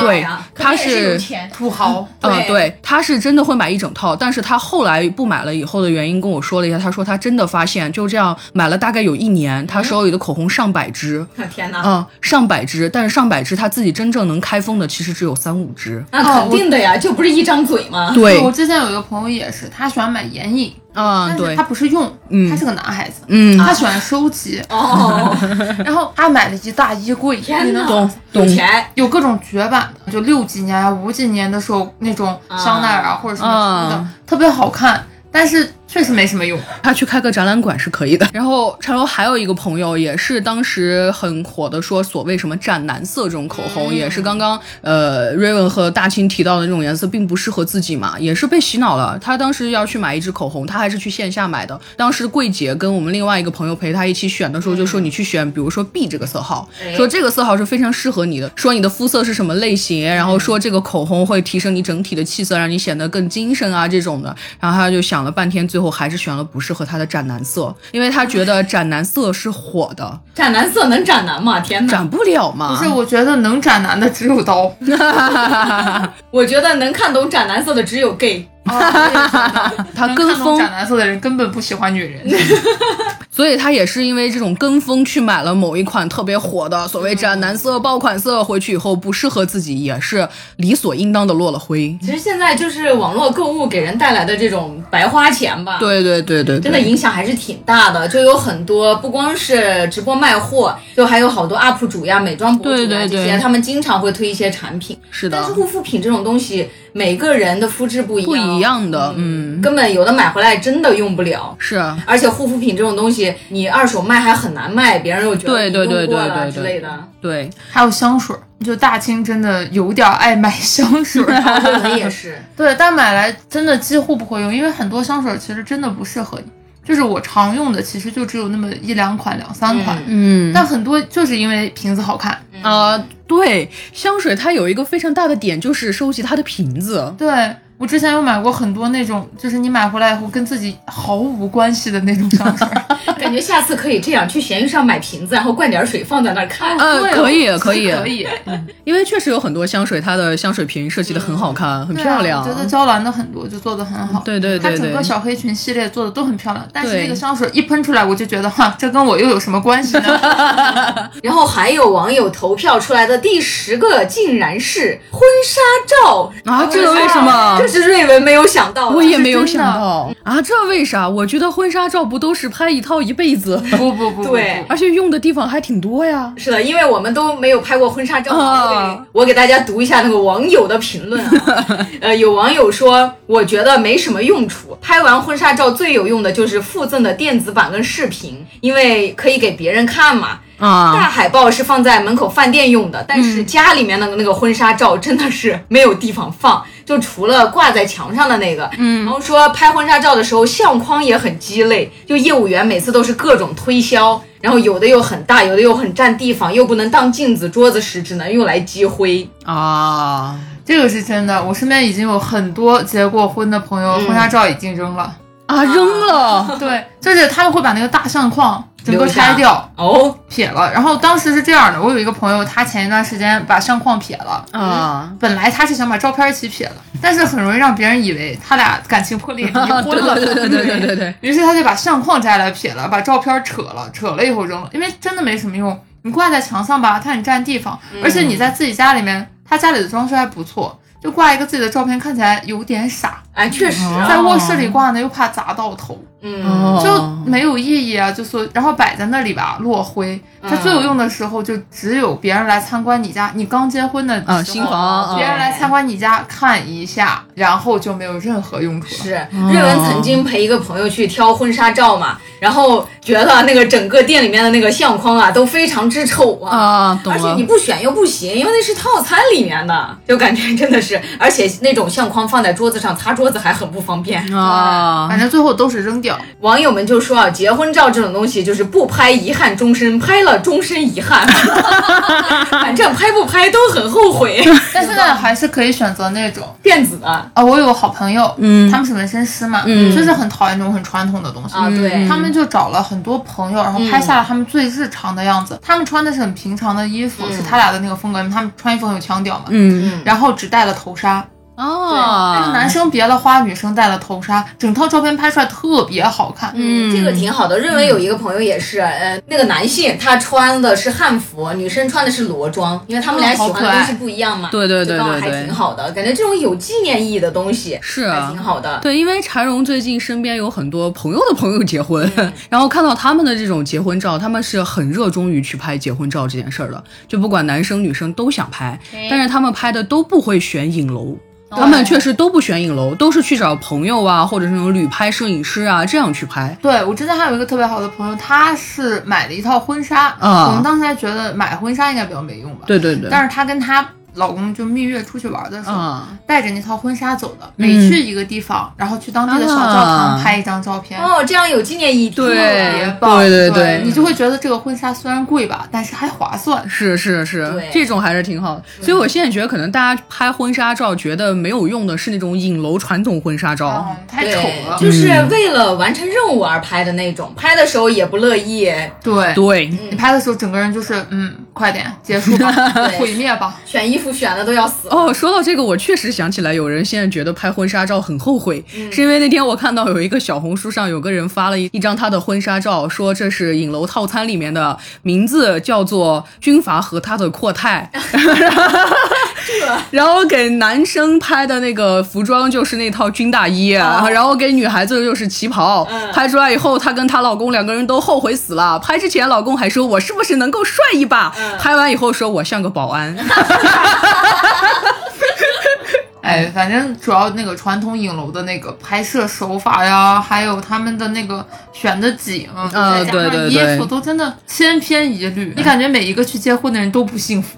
S3: 对，他
S1: 可能也有
S3: 是。
S1: 钱。
S5: 土豪，
S3: 嗯，对，他是真的会买一整套，但是他后来不买了以后的原因跟我说了一下，他说他真的发现就这样买了大概有一年，他手里的口红上百支，
S2: 天哪，
S3: 啊、上百支，但是上百支他自己真正能开封的其实只有三五支。
S2: 那肯定的呀，就不是一张嘴吗？
S3: 对，
S5: 啊我之前有一个朋友也是，他喜欢买眼影，
S3: 啊、
S5: 但是
S3: 对
S5: 他，不啊是用，
S3: 嗯
S5: 他是个男孩子，
S3: 嗯，
S5: 他喜欢收集，
S2: 哦，
S5: 然后他买了一大衣柜，你
S2: 天
S5: 能
S2: 哪，
S5: 懂。
S2: 有钱，
S5: 有各种绝版的，就六几年、啊、五几年的时候那种香奈儿啊，或者什么出的，
S3: 啊
S5: 特别好看，但是确实没什么用。
S3: 他去开个展览馆是可以的。 然后陈龙还有一个朋友，也是当时很火的，说所谓什么湛蓝色这种口红，也是刚刚呃瑞文和大清提到的那种颜色，并不适合自己嘛，也是被洗脑了。他当时要去买一支口红，他还是去线下买的。当时柜姐跟我们另外一个朋友陪他一起选的时候，就说你去选，比如说 B 这个色号，说这个色号是非常适合你的，说你的肤色是什么类型，然后说这个口红会提升你整体的气色，让你显得更精神啊这种的。然后他就想了半天，最后还是选了不适合他的斩男色，因为他觉得斩男色是火的，
S2: 斩男色能斩男吗？天哪！
S3: 斩不了嘛。
S5: 不是，我觉得能斩男的只有刀。
S2: 我觉得能看懂斩男色的只有 gay。
S3: 哦 他
S5: 能
S3: 跟
S5: 看懂
S3: 风
S5: 斩男色的人根本不喜欢女人。
S3: 所以他也是因为这种跟风去买了某一款特别火的所谓斩男色爆款色，回去以后不适合自己，也是理所应当的落了灰。
S2: 其实现在就是网络购物给人带来的这种白花钱吧，，
S3: 对对对对，对
S2: 真的影响还是挺大的。就有很多不光是直播卖货，就还有好多 UP 主呀、美妆博主呀
S3: 对对对
S2: 这些，他们经常会推一些产品。
S3: 是
S2: 但
S3: 的
S2: 是，护肤品这种东西，每个人的肤质不一样，
S3: 不一样的，嗯，
S2: 根本有的买回来真的用不了。
S3: 是啊
S2: 而且护肤品这种东西，你二手卖还很难卖，别人又觉得
S3: 对
S2: 你
S3: 对对
S2: 用过了
S3: 对对对
S2: 之类的。
S3: 对，
S5: 还有香水儿，就大清真的有点爱买香水儿。啊
S2: 我们 也是，
S5: 对，但买来真的几乎不会用，因为很多香水儿其实真的不适合你。就是我常用的，其实就只有那么一两款、两三款，
S3: 嗯
S5: 但很多就是因为瓶子好看。
S3: 啊、对，香水它有一个非常大的点，就是收集它的瓶子。
S5: 对我之前有买过很多那种，就是你买回来以后跟自己毫无关系的那种 香水儿，
S2: 嗯感觉下次可以这样去闲鱼上买瓶子，然后灌点水放在那儿看。
S3: 呃，
S5: 对
S3: 可以
S5: 其，实
S3: 可以，
S5: 可以，
S3: 因为确实有很多香水，它的香水瓶设计的很好看，很
S5: 对啊
S3: 漂亮。
S5: 我觉得娇兰的很多就做的很好，
S3: 对对
S5: 它
S3: 对
S5: 整
S3: 对
S5: 个，小黑裙系列做的都很漂亮，但是
S3: 对
S5: 那个香水一喷出来，我就觉得哈，这跟我又有什么关系 呢？
S2: 然后还有网友投票出来的第十个竟然是婚纱照
S3: 啊这个为什么
S2: 这是瑞文没有想到的，
S1: 我也没有想到啊，这为啥？我觉得婚纱照不都是拍一套一辈 子，
S5: 不不不，不
S2: 对
S1: 而且用的地方还挺多呀。
S2: 是的，因为我们都没有拍过婚纱照。
S1: 啊
S2: 对我给大家读一下那个网友的评论啊。 呃，有网友说，我觉得没什么用处。拍完婚纱照最有用的就是附赠的电子版跟视频，因为可以给别人看嘛。
S1: 啊，
S2: 大海报是放在门口饭店用的，但是家里面的那个婚纱照真的是没有地方放，就除了挂在墙上的那个。嗯，然后说拍婚纱照的时候相框也很鸡肋，就业务员每次都是各种推销，然后有的又很大，有的又很占地方，又不能当镜子、桌子使，只能用来积灰。
S3: 啊，
S5: 这个是真的。我身边已经有很多结过婚的朋友，
S2: 嗯
S5: 婚纱照已经扔 了。
S1: 啊，扔了，
S5: 对，就是他们会把那个大相框整个
S2: 留下
S5: 拆掉，
S2: 哦，
S5: 撇了。然后当时是这样的，我有一个朋友，他前一段时间把相框撇了。
S3: 啊，
S5: 本来他是想把照片一 起撇了，但是很容易让别人以为他俩感情破裂离婚了。
S3: 对对对对对对，
S5: 于是他就把相框摘来撇了，把照片扯了，扯了以后扔了，因为真的没什么用。你挂在墙上吧，它很占地方，
S3: 嗯
S5: 而且你在自己家里面，他家里的装修还不错，就挂一个自己的照片，看起来有点傻。
S2: 哎，确实
S3: 哦
S2: 啊，
S5: 在卧室里挂呢，又怕砸到头，
S2: 嗯，
S5: 就
S3: 哦
S5: 没有意义啊。就说，然后摆在那里吧，落灰。
S3: 嗯
S5: 它最有用的时候，就只有别人来参观你家，你刚结婚的时候
S3: 啊，新房
S5: 别
S3: 啊，
S5: 人来参观你家看一下，然后就没有任何用处了。
S2: 是
S3: 哦
S2: 瑞文曾经陪一个朋友去挑婚纱照嘛，然后觉得那个整个店里面的那个相框啊都非常之丑
S3: 啊懂
S2: 而且
S3: 了
S2: 你不选又不行，因为那是套餐里面的，就感觉真的是， 而且那种相框放在桌子上擦桌子还很不方便。
S3: 啊
S5: 反正最后都是扔掉。
S2: 网友们就说啊，结婚照这种东西就是不拍遗憾终身，拍了终身遗憾， 反正拍不拍都很 后悔。
S5: 但是呢，还是可以选择那种
S2: 电子的啊，
S5: 啊、我有个好朋友，嗯，他们是纹身师嘛，嗯，就是很讨厌那种很传统的东西。
S2: 啊
S3: 嗯
S2: 对，
S5: 他们就找了很多朋友，然后拍下了他们最日常的样子。他们穿的是很平常的衣服，是他俩的那个风格，因为他们穿衣服很有腔调嘛。
S3: 嗯
S5: 然后只戴了头纱，
S6: 哦
S5: 但是
S3: 啊，
S5: 男生别了花，女生戴了头纱，整套照片拍出来特别好看。
S2: 嗯，这个挺好的。认为有一个朋友也是，呃，那个男性他穿的是汉服，女生穿的是裸装，因为他们俩
S5: 哦
S2: 喜
S5: 好
S2: 欢
S5: 可
S2: 的
S5: 爱
S2: 东西不一样嘛。
S3: 对对对
S2: 就刚
S3: 对
S2: 好
S3: 对
S2: 还挺好的，感觉这种有纪念意义的东西
S3: 是
S2: 还
S3: 啊
S2: 挺。好的。
S3: 对，因为柴荣最近身边有很多朋友的朋友结婚， 然后看到他们的这种结婚照，他们是很热衷于去拍结婚照这件事儿的，就不管男生女生都想拍，但是他们拍的都不会选影楼。他们确实都不选影楼，都是去找朋友啊，或者是那种旅拍摄影师啊，这样去拍。
S5: 对我之前还有一个特别好的朋友，他是买了一套婚纱，
S3: 啊
S5: 我们当时还觉得买婚纱应该比较没用吧，
S3: 对对对，
S5: 但是她跟她老公就蜜月出去玩的时候，
S3: 啊嗯
S5: 带着那套婚纱走的，每去一个地方，然后去当地的小教
S3: 啊
S5: 堂拍一张照片。
S2: 哦，这样有纪念意义挺好
S3: 对
S2: 的。
S5: 别棒，
S3: 对对
S5: 对
S3: 对
S5: 你就会觉得这个婚纱虽然贵吧，但是还划算。
S3: 是是是
S2: 对，
S3: 这种还是挺好的。所以我现在觉得，可能大家拍婚纱照觉得没有用的是那种影楼传统婚纱照
S5: 嗯，，太丑了，
S2: 对，就是
S3: 嗯
S2: 为了完成任务而拍的那种，拍的时候也不乐意。
S5: 对。
S3: 对，
S5: 你拍的时候，整个人就是，嗯，快点结束 吧，毁灭吧。
S2: 选衣服选的都要死，
S3: 哦，说到这个，我确实想起来，有人现在觉得拍婚纱照很后悔，是因为那天我看到有一个小红书上有个人发了一一张他的婚纱照，说这是影楼套餐里面的，名字叫做《军阀和他的阔太》，然后给男生拍的那个服装就是那套军大衣，然后给女孩子就是旗袍。拍出来以后，她跟她老公两个人都后悔死了。拍之前，老公还说我是不是能够帅一把？拍完以后说我像个保安。
S5: 哎，反正主要那个传统影楼的那个拍摄手法呀，还有他们的那个选的景，
S3: 呃
S5: 再加
S3: 对
S5: 上
S3: 对
S5: 衣服
S3: 对
S5: 都真的千篇一律。你感觉每一个去结婚的人都不幸福。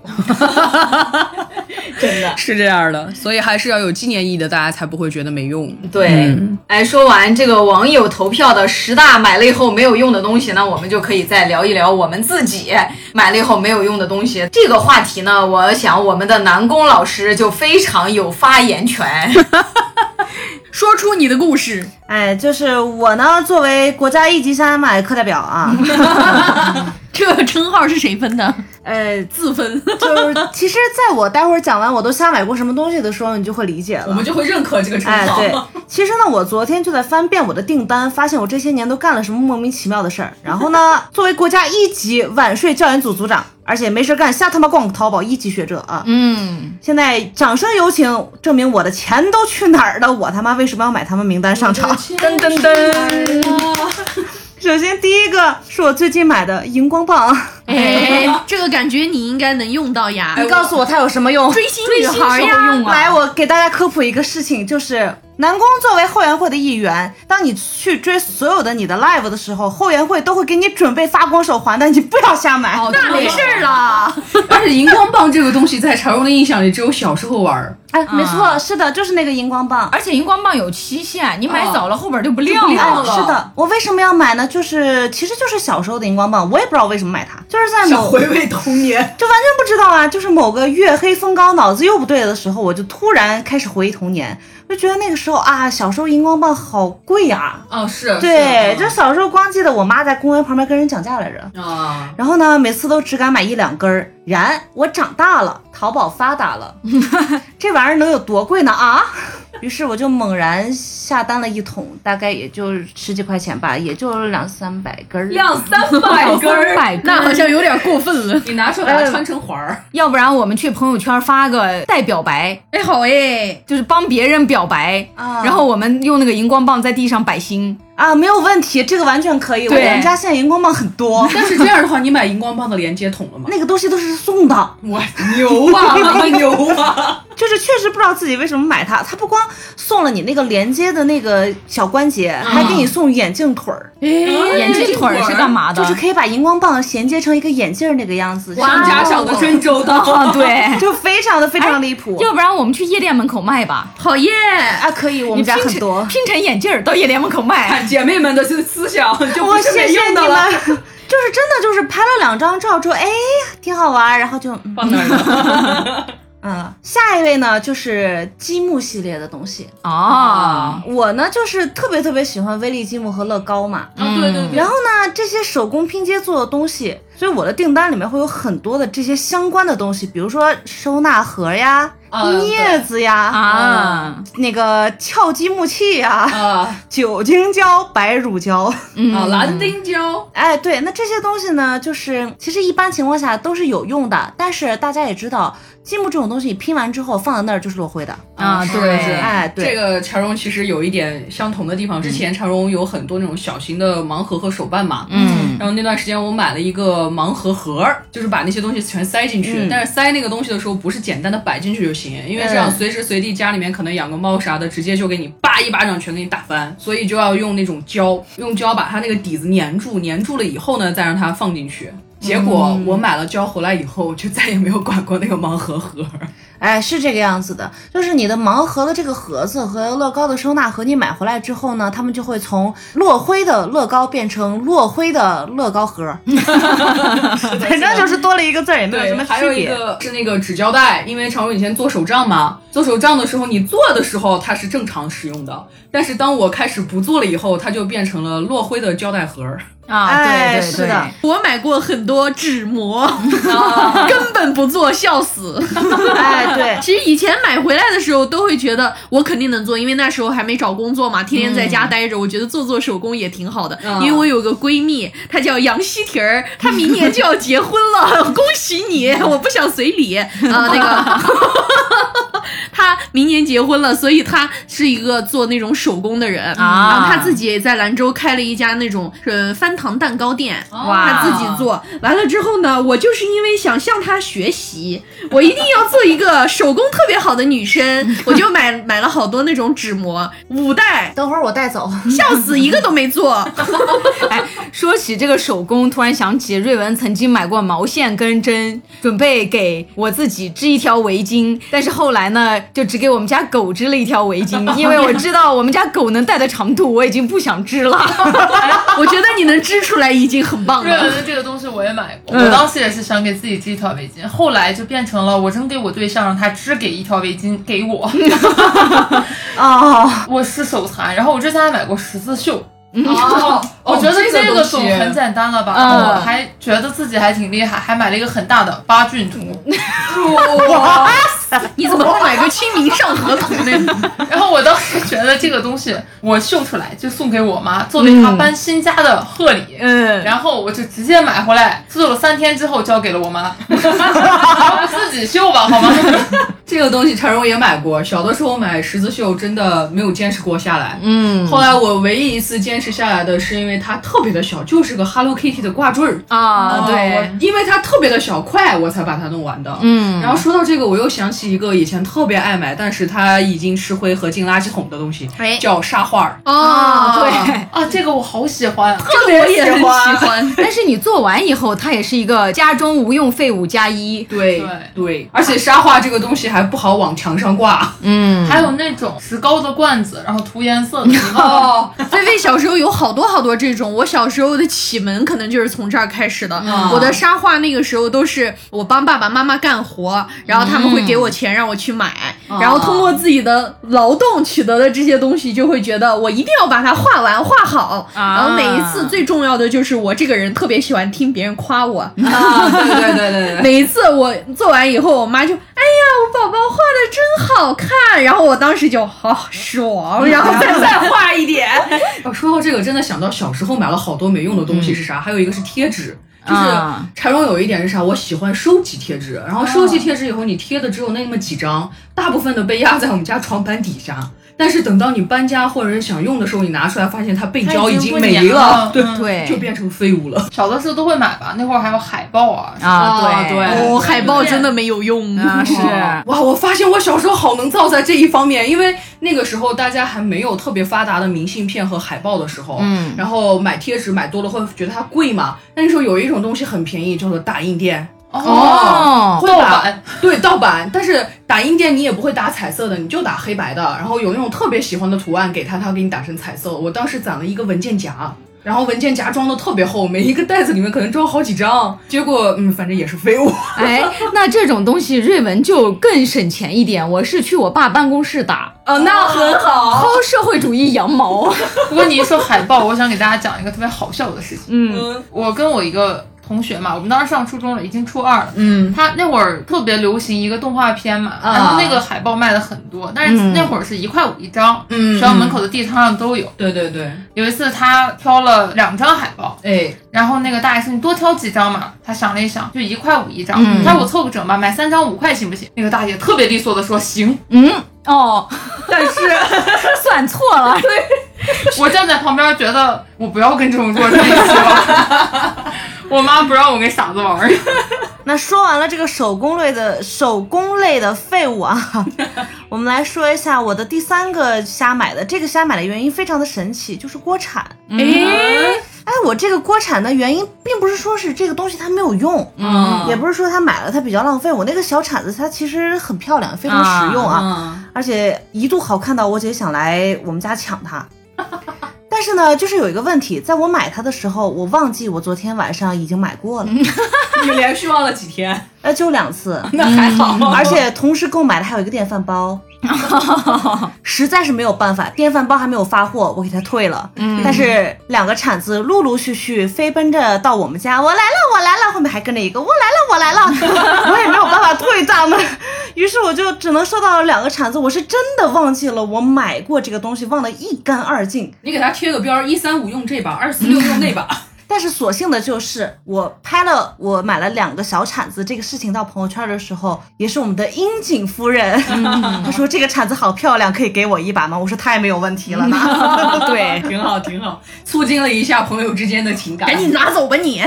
S2: 真的。
S3: 是这样的，所以还是要有纪念意义的，大家才不会觉得没用。
S2: 对，
S10: 嗯
S2: 哎，说完这个网友投票的十大买了以后没有用的东西呢，我们就可以再聊一聊我们自己买了以后没有用的东西。这个话题呢，我想我们的南宫老师就非常有发言权。
S1: 说出你的故事。
S6: 哎，就是我呢，作为国家一级山脉课代表 啊，
S1: 这个称号是谁分的？
S6: 呃，
S1: 自分。
S6: 就是其实在我待会儿讲完我都瞎买过什么东西的时候，你就会理解了。
S3: 就会认可这个称
S6: 哎，对，其实呢，我昨天就在翻遍我的订单，发现我 这些年都干了什么莫名其妙的事儿。然后呢，作为国家一级晚睡教研组组长，而且没事干，瞎他妈逛淘宝，一级学者啊！
S10: 嗯，
S6: 现在掌声有请，证明我的钱都去哪儿了？我他妈为什么要买他们名单上场？
S10: 噔噔噔，
S6: 首先第一个是我最近买的荧光棒，
S1: 哎，这个感觉你应该能用到呀。
S6: 你告诉我它有什么用？
S1: 追星女
S10: 追
S1: 孩
S10: 星时
S1: 呀
S10: 候，用啊
S6: 来，我给大家科普一个事情，就是南宫作为后援会的一员，当你去追所有的你的 live 的时候，后援会都会给你准备发光手环，但你不要瞎买。
S10: 哦
S1: 那没事儿了。
S3: 而且荧光棒这个东西在常荣的印象里只有小时候玩儿，
S6: 哎，没
S10: 嗯
S6: 错，是的，就是那个荧光棒。
S10: 而且荧光棒有期限，你
S1: 哦
S10: 买早了后边就不亮
S6: 哎
S10: 了。
S6: 是的，我为什么要买呢？就是其实就是小时候的荧光棒，我也不知道为什么买它，就是在某
S3: 啊回味童年。
S6: 就完全不知道啊，就是某个月黑风高、脑子又不对的时候，我就突然开始回忆童年，就觉得那个时候啊，小时候荧光棒好贵啊。
S3: 哦，是，
S2: 啊
S6: 对，
S3: 是
S6: 就小时候光记得我妈在公园旁边跟人讲价来着，
S5: 嗯
S3: 啊，
S6: 然后呢，每次都只敢买一两根儿。然我长大了，淘宝发达 了，这玩意儿能有多贵呢啊？ 于是我就猛然下单了一桶，大概也就十几块钱吧，也就两三百根儿。
S2: 两三
S10: 哎
S2: 百根儿，
S10: 买根
S2: 哎
S1: 那好像有点过分了。
S3: 你拿出
S10: 哎
S3: 来穿成环儿，
S10: 要不然我们去朋友圈发个代表白，
S1: 哎，好哎，
S10: 就是帮别人表白，
S6: 啊
S10: 然后我们用那个荧光棒在地上摆心。
S6: 啊，没有问题，这个完全可以。我
S10: 对
S6: 们家现在荧光棒很多，
S3: 但是这样的话，你买荧光棒的连接筒了吗？
S6: 那个东西都是送的，
S3: 我牛啊，妈妈牛啊！
S6: 就是确实不知道自己为什么买它。它不光送了你那个连接的那个小关节，还
S2: 嗯
S6: 给你送眼镜腿儿，
S3: 哎
S10: 哎眼镜腿儿是干嘛的？
S6: 就是可以把荧光棒衔接成一个眼镜儿那个样子，
S3: 商家想的真周到。
S10: 啊，哦对。
S6: 就非常的非常离谱。
S10: 要不然我们去夜店门口卖吧，
S1: 好耶！
S6: 啊，可以，我
S10: 我
S6: 们家很多。
S10: 拼成眼镜儿到夜店门口卖。哦
S3: 姐妹们的思思想就
S6: 我
S3: 不是
S6: 谢
S3: 没
S6: 谢
S3: 用
S6: 你
S3: 的
S6: 们
S3: 了，，
S6: 就是真的就是拍了两张照之后，哎，挺好玩儿，然后就嗯
S3: 放那儿了。
S6: 嗯， 下一位呢就是积木系列的东西。
S3: 啊
S10: 哦，
S6: 我呢就是特别特别喜欢威力积木和乐高嘛，
S10: 嗯
S3: 啊，对对对，
S1: 嗯
S6: 然后呢，这些手工拼接做的东西，所以我的订单里面会有很多的这些相关的东西，比如说收纳盒呀、
S3: 啊
S6: 镊子呀、
S10: 啊，
S6: 那个撬积木器呀、
S3: 啊
S6: 酒精胶、白乳胶。
S3: 啊，蓝丁胶，
S6: 哎，对，那这些东西呢，就是其实一般情况下都是有用的，但是大家也知道，积木这种东西你拼完之后放在那儿就是落灰的。
S10: 啊，
S3: 是是
S10: 对，
S6: 哎，对，
S3: 这个缠绒其实有一点相同的地方。之前缠绒有很多那种小型的盲盒和手办嘛，
S10: 嗯，
S3: 然后那段时间我买了一个盲盒盒儿，就是把那些东西全塞进去。
S6: 嗯
S3: 但是塞那个东西的时候，不是简单的摆进去就行，因为这样
S6: 嗯
S3: 随时随地家里面可能养个猫啥的，直接就给你叭一巴掌全给你打翻。所以就要用那种胶，用胶把它那个底子粘住，粘住了以后呢，再让它放进去。结果我买了胶回来以后，就再也没有管过那个盲盒盒儿。
S6: 哎，是这个样子的，就是你的盲盒的这个盒子和乐高的收纳盒，你买回来之后呢，他们就会从落灰的乐高变成落灰的乐 高盒，反正就是多了一个字儿，也没有
S3: 对
S6: 什么，
S3: 还
S6: 区
S3: 有一
S6: 别。
S3: 个是那个纸胶带，因为常伟以前做手账嘛，做手账的时候你做的时候它是正常使用的，但是当我开始不做了以后，它就变成了落灰的胶带盒儿。
S10: 啊，
S6: 哎，
S10: 对对
S6: 是
S10: 对，
S6: 的，
S1: 我买过很多纸膜， 根本不做，笑死。
S6: 啊 哎，对，
S1: 其实以前买回来的时候，都会觉得我肯定能做，因为那时候还没找工作嘛，天天在家待着，我觉得做做手工也挺好的。
S6: 嗯
S1: 因为我有个闺蜜，她叫杨希婷儿，她明年就要结婚 了，恭喜你！我不想随礼啊、那个。 她明年结婚了，所以她是一个做那种手工的人
S10: 啊
S1: 然后她自己也在兰州开了一家那种呃翻糖蛋糕店，
S10: 哇
S1: 她自己做完了之后呢，我就是因为想向她学习，我一定要做一个手工特别好的女生，我就买买了好多那种纸模，五袋，
S6: 等会儿我带走。
S1: 笑死，一个都没做。
S10: 哎，说起这个手工，突然想起瑞文曾经买过毛线跟针，准备给我自己织一条围巾，但是后来呢，就只给我们家狗织了一条围 巾，因为我知道我们家狗能带的长度，我已经不想织了。
S1: 我觉得你能织出来已经很棒
S11: 瑞文
S3: 嗯
S1: 了。
S11: 的这个东西我也买过，我当时也是想给自己织一条围巾，后来就变成了我扔给我对象，让他织给一条围巾给 我。
S6: 哦，
S3: 哦
S11: 我是手残，然后我之前还买过十字绣。
S5: 哦 我觉
S3: 嗯哦
S5: 得
S3: 这个
S5: 这
S3: 东
S5: 个
S3: 西
S5: 总很简单了吧？
S10: 嗯
S5: 我还觉得自己还挺厉害，还买了一个很大的八 骏图，
S1: 你怎么买个《清明上河图》 呢？
S5: 然后我当时觉得这个东西我绣出来就送给我妈，作为
S3: 嗯
S5: 她搬新家的贺礼。
S10: 嗯，
S5: 然后我就直接买回来，做了三天之后交给了 我妈，自己绣吧，好吗？
S3: 这个东西陈荣也买过，小的时候买十字绣真的没有坚持过下来。嗯，后来我唯一一次坚持下来的是因为它特别的小，就是个 Hello Kitty 的挂坠儿。
S10: 啊，对，
S3: 我因为它特别的小块，我才把它弄完的。嗯，然后说到这个，我又想起一个以前特别爱买，但是它已经吃灰和进垃圾桶的东西，
S1: 哎
S3: 叫沙画儿。
S10: 哦
S6: 哦
S1: 啊，对，
S5: 啊，这个我好喜欢，啊
S1: 特别喜 欢。
S10: 但是你做完以后，它也是一个家中无用废物加一。
S3: 对
S5: 对
S3: 对，而且沙画这个东西还不好往墙上挂。
S1: 嗯
S5: 还有那种石膏的罐子，然后涂颜色的。
S3: 哦，
S1: 菲菲小时候有好多好多这种，我小时候的启蒙可能就是从这儿开始的。
S3: 嗯
S1: 我的沙画那个时候都是我帮爸爸妈妈干活，然后他们会给我钱让我去买，
S3: 嗯
S1: 然后通过自己的劳动取得的这些东西，就会觉得我一定要把它画完画好。
S3: 啊
S1: 然后每一次最重要的就是我这个人特别喜欢听别人夸我，
S3: 啊，对对对对 对。
S1: 每一次我做完以后，我妈就哎呀，我宝宝画的真好看，然后我当时就哦好、爽，然后再再画一点。
S3: 哦，说到这个，真的想到小时候买了好多没用的东西是啥？
S1: 嗯
S3: 还有一个是贴纸。就是
S10: 啊
S3: 柴荣有一点是啥？我喜欢收集贴纸，然后收集贴纸以后，你贴的只有那么几张，大部分的被压在我们家床板底下。但是等到你搬家或者是想用的时候，你拿出来发现它背胶
S5: 已
S3: 经
S5: 经不
S3: 没
S5: 粘了
S3: 对
S5: 嗯
S10: 对
S3: 就变成废物了。
S5: 小的时候都会买吧，那会儿还有海报啊，
S10: 啊，对
S1: 哦，海报真的没有用
S10: 啊 是
S3: 哇，我发现我小时候好能造在这一方面，因为那个时候大家还没有特别发达的明信片和海报的时候，嗯，然后买贴纸买多了会觉得它贵嘛。那时候有一种东西很便宜，叫做打印店。
S10: 哦，
S3: 会
S5: 盗
S3: 打
S5: 版，
S3: 对盗版，但是打印店你也不会打彩色的，你就打黑白的。然后有那种特别喜欢的图案给他，他给你打成彩色。我当时攒了一个文件夹，然后文件夹装的特别厚，每一个袋子里面可能装好 几张。结果嗯，反正也是废物。
S10: 哎，那这种东西瑞文就更省钱一点。我是去我爸办公室打，
S3: 啊，那很好。
S10: 薅社会主义羊毛。
S5: 不过你一说海报，我想给大家讲一个特别好笑的事情。嗯，我跟我一个同学嘛，我们当时上初中了，已经初二了。嗯，他那会儿特别流行一个动画片嘛，然后那个海报卖的很多，但是那会儿是一块五一张，嗯，学校门口的地摊上都有。
S3: 对对对，
S5: 有一次他挑了两张海报，
S3: 哎，
S5: 然后那个大爷说你多挑几张嘛，他想了一想，就一块五一张，他说我凑个整吧，买三张五块行不行？那个大爷特别利索的说行，
S10: 嗯，哦，但是 算错了。
S5: 我站在旁边觉得我不要跟这种弱者一起玩，我妈不让我跟傻子玩儿。
S6: 那说完了这个手工类的手工类的废物 啊，我们来说一下我的第三个瞎买的。这个瞎买的原因非常的神奇，就是锅铲。哎，我这个锅铲的原因并不是说是这个东西它没有用，嗯，也不是说它买了它比较浪费。我那个小铲子它其实很漂亮，非常实用啊，而且一度好看到我姐想来我们家抢 它。但是呢，就是有一个问题，在我买它的时候，我忘记我昨天晚上已经买过了，
S3: 你连续忘了几天？
S6: 呃，就两次，
S10: 嗯
S6: 嗯
S3: 那还好。
S6: 而且同时购买的还有一个电 饭煲，实在是没有办法，电饭煲还没有发货，我给它退了。嗯，但是两个铲子陆陆续续飞奔着到我们家，我来了，我来了，后面还跟着一个我来了，我 来了，我也没有办法退他们。于是我就只能收到了两个铲子，我是真的忘记了我买过这个东西，忘得一干二净。
S3: 你给它贴个标儿，一三五用这把，二四六用那把。
S6: 但是所幸的就是，我拍了我买了两个小铲子这个事情到朋友圈的时候，也是我们的樱井夫人， 她说这个铲子好漂亮，可以给我一把吗？我说太没有问题了呢， 对
S3: 哎挺好，挺好，促进了一下朋友之间的情感。
S1: 赶紧拿走吧 你！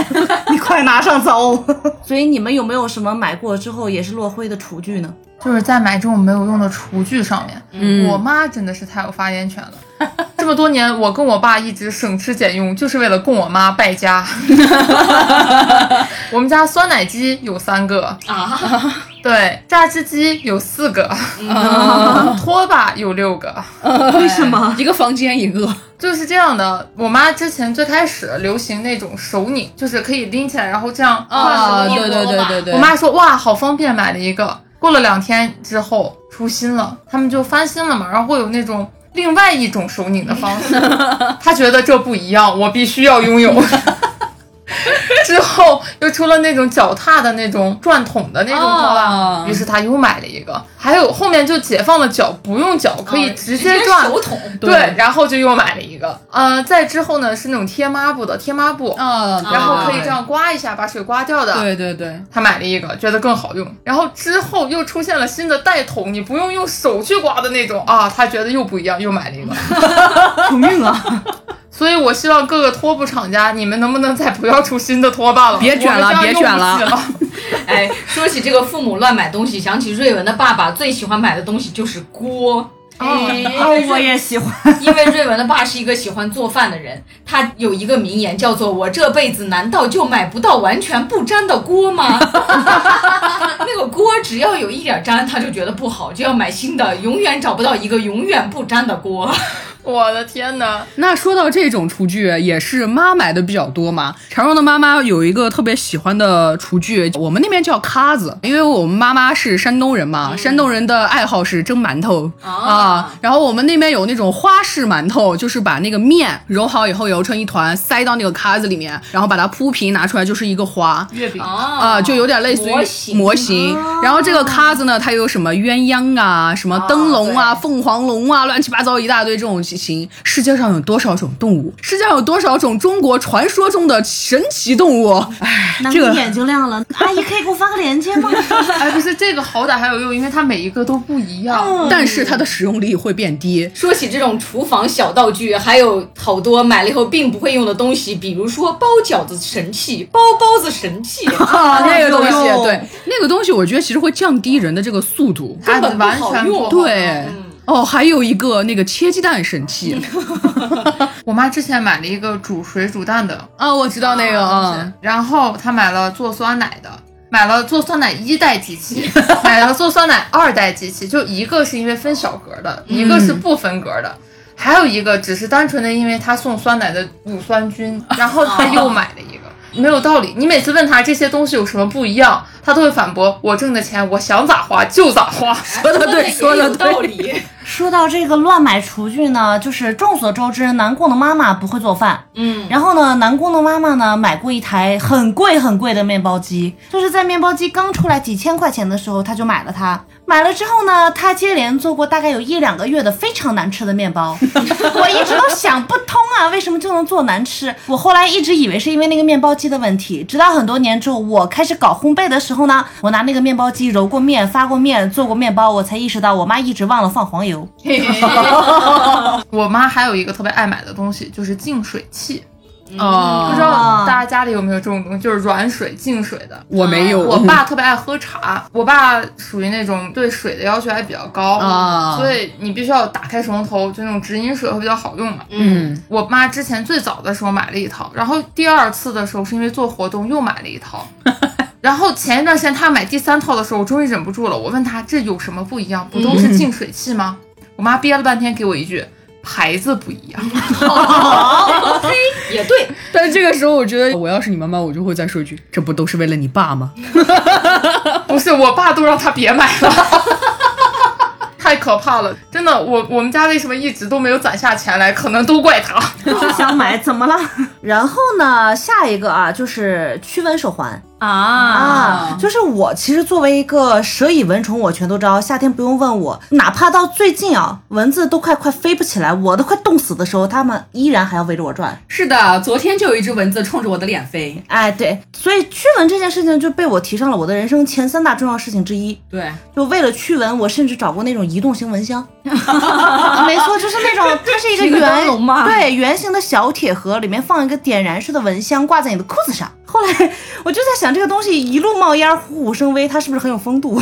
S6: 你快拿上走。所以你们有没有什么买过之后也是落灰的厨具呢？
S5: 就是在买这种没有用的厨具上面，我妈真的是太有发言权了。这么多年，我跟我爸一直省吃俭用，就是为了供我妈败家。我们家酸奶机有三个啊，对，榨汁机有四个， 拖把有六个，
S3: 哎
S1: 为什么？一个房间一个。
S5: 就是这样的，我妈之前最开始流行那种手拧，就是可以拎起来，然后这样
S2: 啊对对对对
S5: 对。我妈说哇，好方便，买了一个。过了两天之后出新了，他们就翻新了嘛，然后会有那种另外一种手拧的方 式。他觉得这不一样，我必须要拥 有。之后又出了那种脚踏的那种转筒的那种拖拉，
S3: 哦
S5: 于是他又买了一个。还有后面就解放了脚，不用脚可以啊直接转，
S2: 手捅。
S5: 对，然后就又买了一个。呃，再之后呢是那种贴抹布的贴抹布，
S3: 啊，
S5: 然后可以
S3: 对
S5: 这。样刮一下把水刮掉的。
S3: 啊对对对，
S5: 他买了一个，觉得更好用。然后之后又出现了新的带桶，你不用用手去刮的那种啊，他觉得又不一样，又买了一 个。
S4: 苦命啊！
S5: 所以我希望各个拖布厂家，你们能不能再不要出新的拖把了？
S3: 别卷了
S5: 我们这样
S3: 别卷了
S5: 用不 起了。
S2: 哎，说起这个父母乱买东西，想起瑞文的爸爸最喜欢买的东西就是锅。
S5: 哎
S6: 哦，我也喜欢。
S2: 因为瑞文的爸是一个喜欢做饭的人，他有一个名言叫做“我这辈子难道就买不到完全不粘的锅吗？” 那个锅只要有一点粘，他就觉得不好，就要买新的，永远找不到一个永远不粘的锅。
S5: 我的天哪！
S3: 那说到这种厨具，也是妈买的比较多嘛。常荣的妈妈有一个特别喜欢的厨具，我们那边叫咖子，因为我们妈妈是山东人嘛，山东人的爱好是蒸馒头啊、然后我们那边有那种花式馒头，就是把那个面揉好以后揉成一团，塞到那个咖子里面，然后把它铺平，拿出来就是一个花。
S5: 月饼
S2: 啊
S3: 啊、就有点类似于
S2: 模型
S3: 模型然后这个咖子呢，它有什么鸳鸯啊，什么灯笼啊、凤凰龙啊，乱七八糟一大堆这种形。世界上有多少种动物？世界上有多少种中国传说中的神奇动物？哎，
S6: 男
S3: 这个
S6: 的眼睛亮了， 阿姨可以给我发个链接吗？
S5: 哎，不是这个好歹还有用，因为它每一个都不一样。
S3: 但是它的使用率会变低。
S2: 说起这种厨房小道具，还有好多买了以后并不会用的东西，比如说包饺子神器、包包子神 器，
S3: 啊，那个东西
S6: 有，用
S3: 对那个东西，我觉得其实会降低人的这个速度。
S2: 根本不
S5: 完
S2: 好
S5: 全
S2: 用。嗯
S5: 不
S3: 对，哦，还有一个那个切鸡蛋神器
S5: 我妈之前买了一个煮水煮蛋的，
S3: 啊，我知道那个啊，
S5: 然后她买了做酸奶的，买了做酸奶一代机器， 买了做酸奶二代机器，就一个是因为分小格的，
S2: 嗯
S5: 一个是不分格的。还有一个只是单纯的因为她送酸奶的乳酸 菌，然后她又买了一个，没有道理。你每次问她这些东西有什么不一样，她都会反驳：我挣的钱我想咋花就咋 花。
S3: 说的对，说的
S2: 有道
S3: 对，
S2: 理。
S6: 说到这个乱买厨具呢，就是众所周知，南宫的妈妈不会做饭。
S2: 嗯，
S6: 然后呢，南宫的妈妈呢买过一台很贵很贵的面包机，就是在面包机刚出来几千块钱的时候，她就买了它。买了之后呢，她接连做过大概有一两个月的非常难吃的面包， 我一直都想不通啊，为什么就能做难吃？我后来一直以为是因为那个面包机的问题，直到很多年之后，我开始搞烘焙的时候呢，我拿那个面包机揉过面、发过面、做过面包，我才意识到我妈一直忘了放黄油。
S5: 我妈还有一个特别爱买的东西，就是净水器。
S3: 啊，
S5: 不知
S2: 哦
S5: 道大家家里有没有这种东西，就是软水、净水的。
S3: 我没有，
S5: 我爸特别爱喝茶，我爸属于那种对水的要求还比较高，
S3: 啊
S5: 所以你必须要打开水龙头，就那种直饮水会比较好用嘛。
S3: 嗯，
S5: 我妈之前最早的时候买了一套，然后第二次的时候是因为做活动又买了 一套。然后前一段时间她买第三套的时候，我终于忍不住了，我问她这有什么不一样？不都
S3: 嗯
S5: 是净水器吗？我妈憋了半天给我一句牌子不一样。
S2: 也对，
S3: 但这个时候，我觉得我要是你妈妈，我就会再说一句：“这不都是为了你爸吗
S5: 不是，我爸都让他别买了。 太可怕了，真的，我我们家为什么一直都没有攒下钱来，可能都怪他。
S6: 就想买，怎么了？ 然后呢，下一个啊，就是驱蚊手环
S10: 啊，
S6: 啊，就是我其实作为一个蛇蚁蚊虫，我全都招，夏天不用问我，哪怕到最近啊，蚊子都快快飞不起来，我都快冻死的时候，它们依然还要围着我转。
S10: 是的，昨天就有一只蚊子冲着我的脸飞。
S6: 哎，对，所以驱蚊这件事情就被我提上了我的人生前三大重要事情之一。
S10: 对，
S6: 就为了驱蚊，我甚至找过那种移动型蚊 香，没错，就是那 种，它是一个
S10: 是一个
S6: 圆
S10: 灯笼吗
S6: 对，圆形的小铁盒，里面放一个点燃式的蚊香，挂在你的裤子上。后来我就在想，这个东西一路冒烟，虎虎生威，它是不是很有风 度？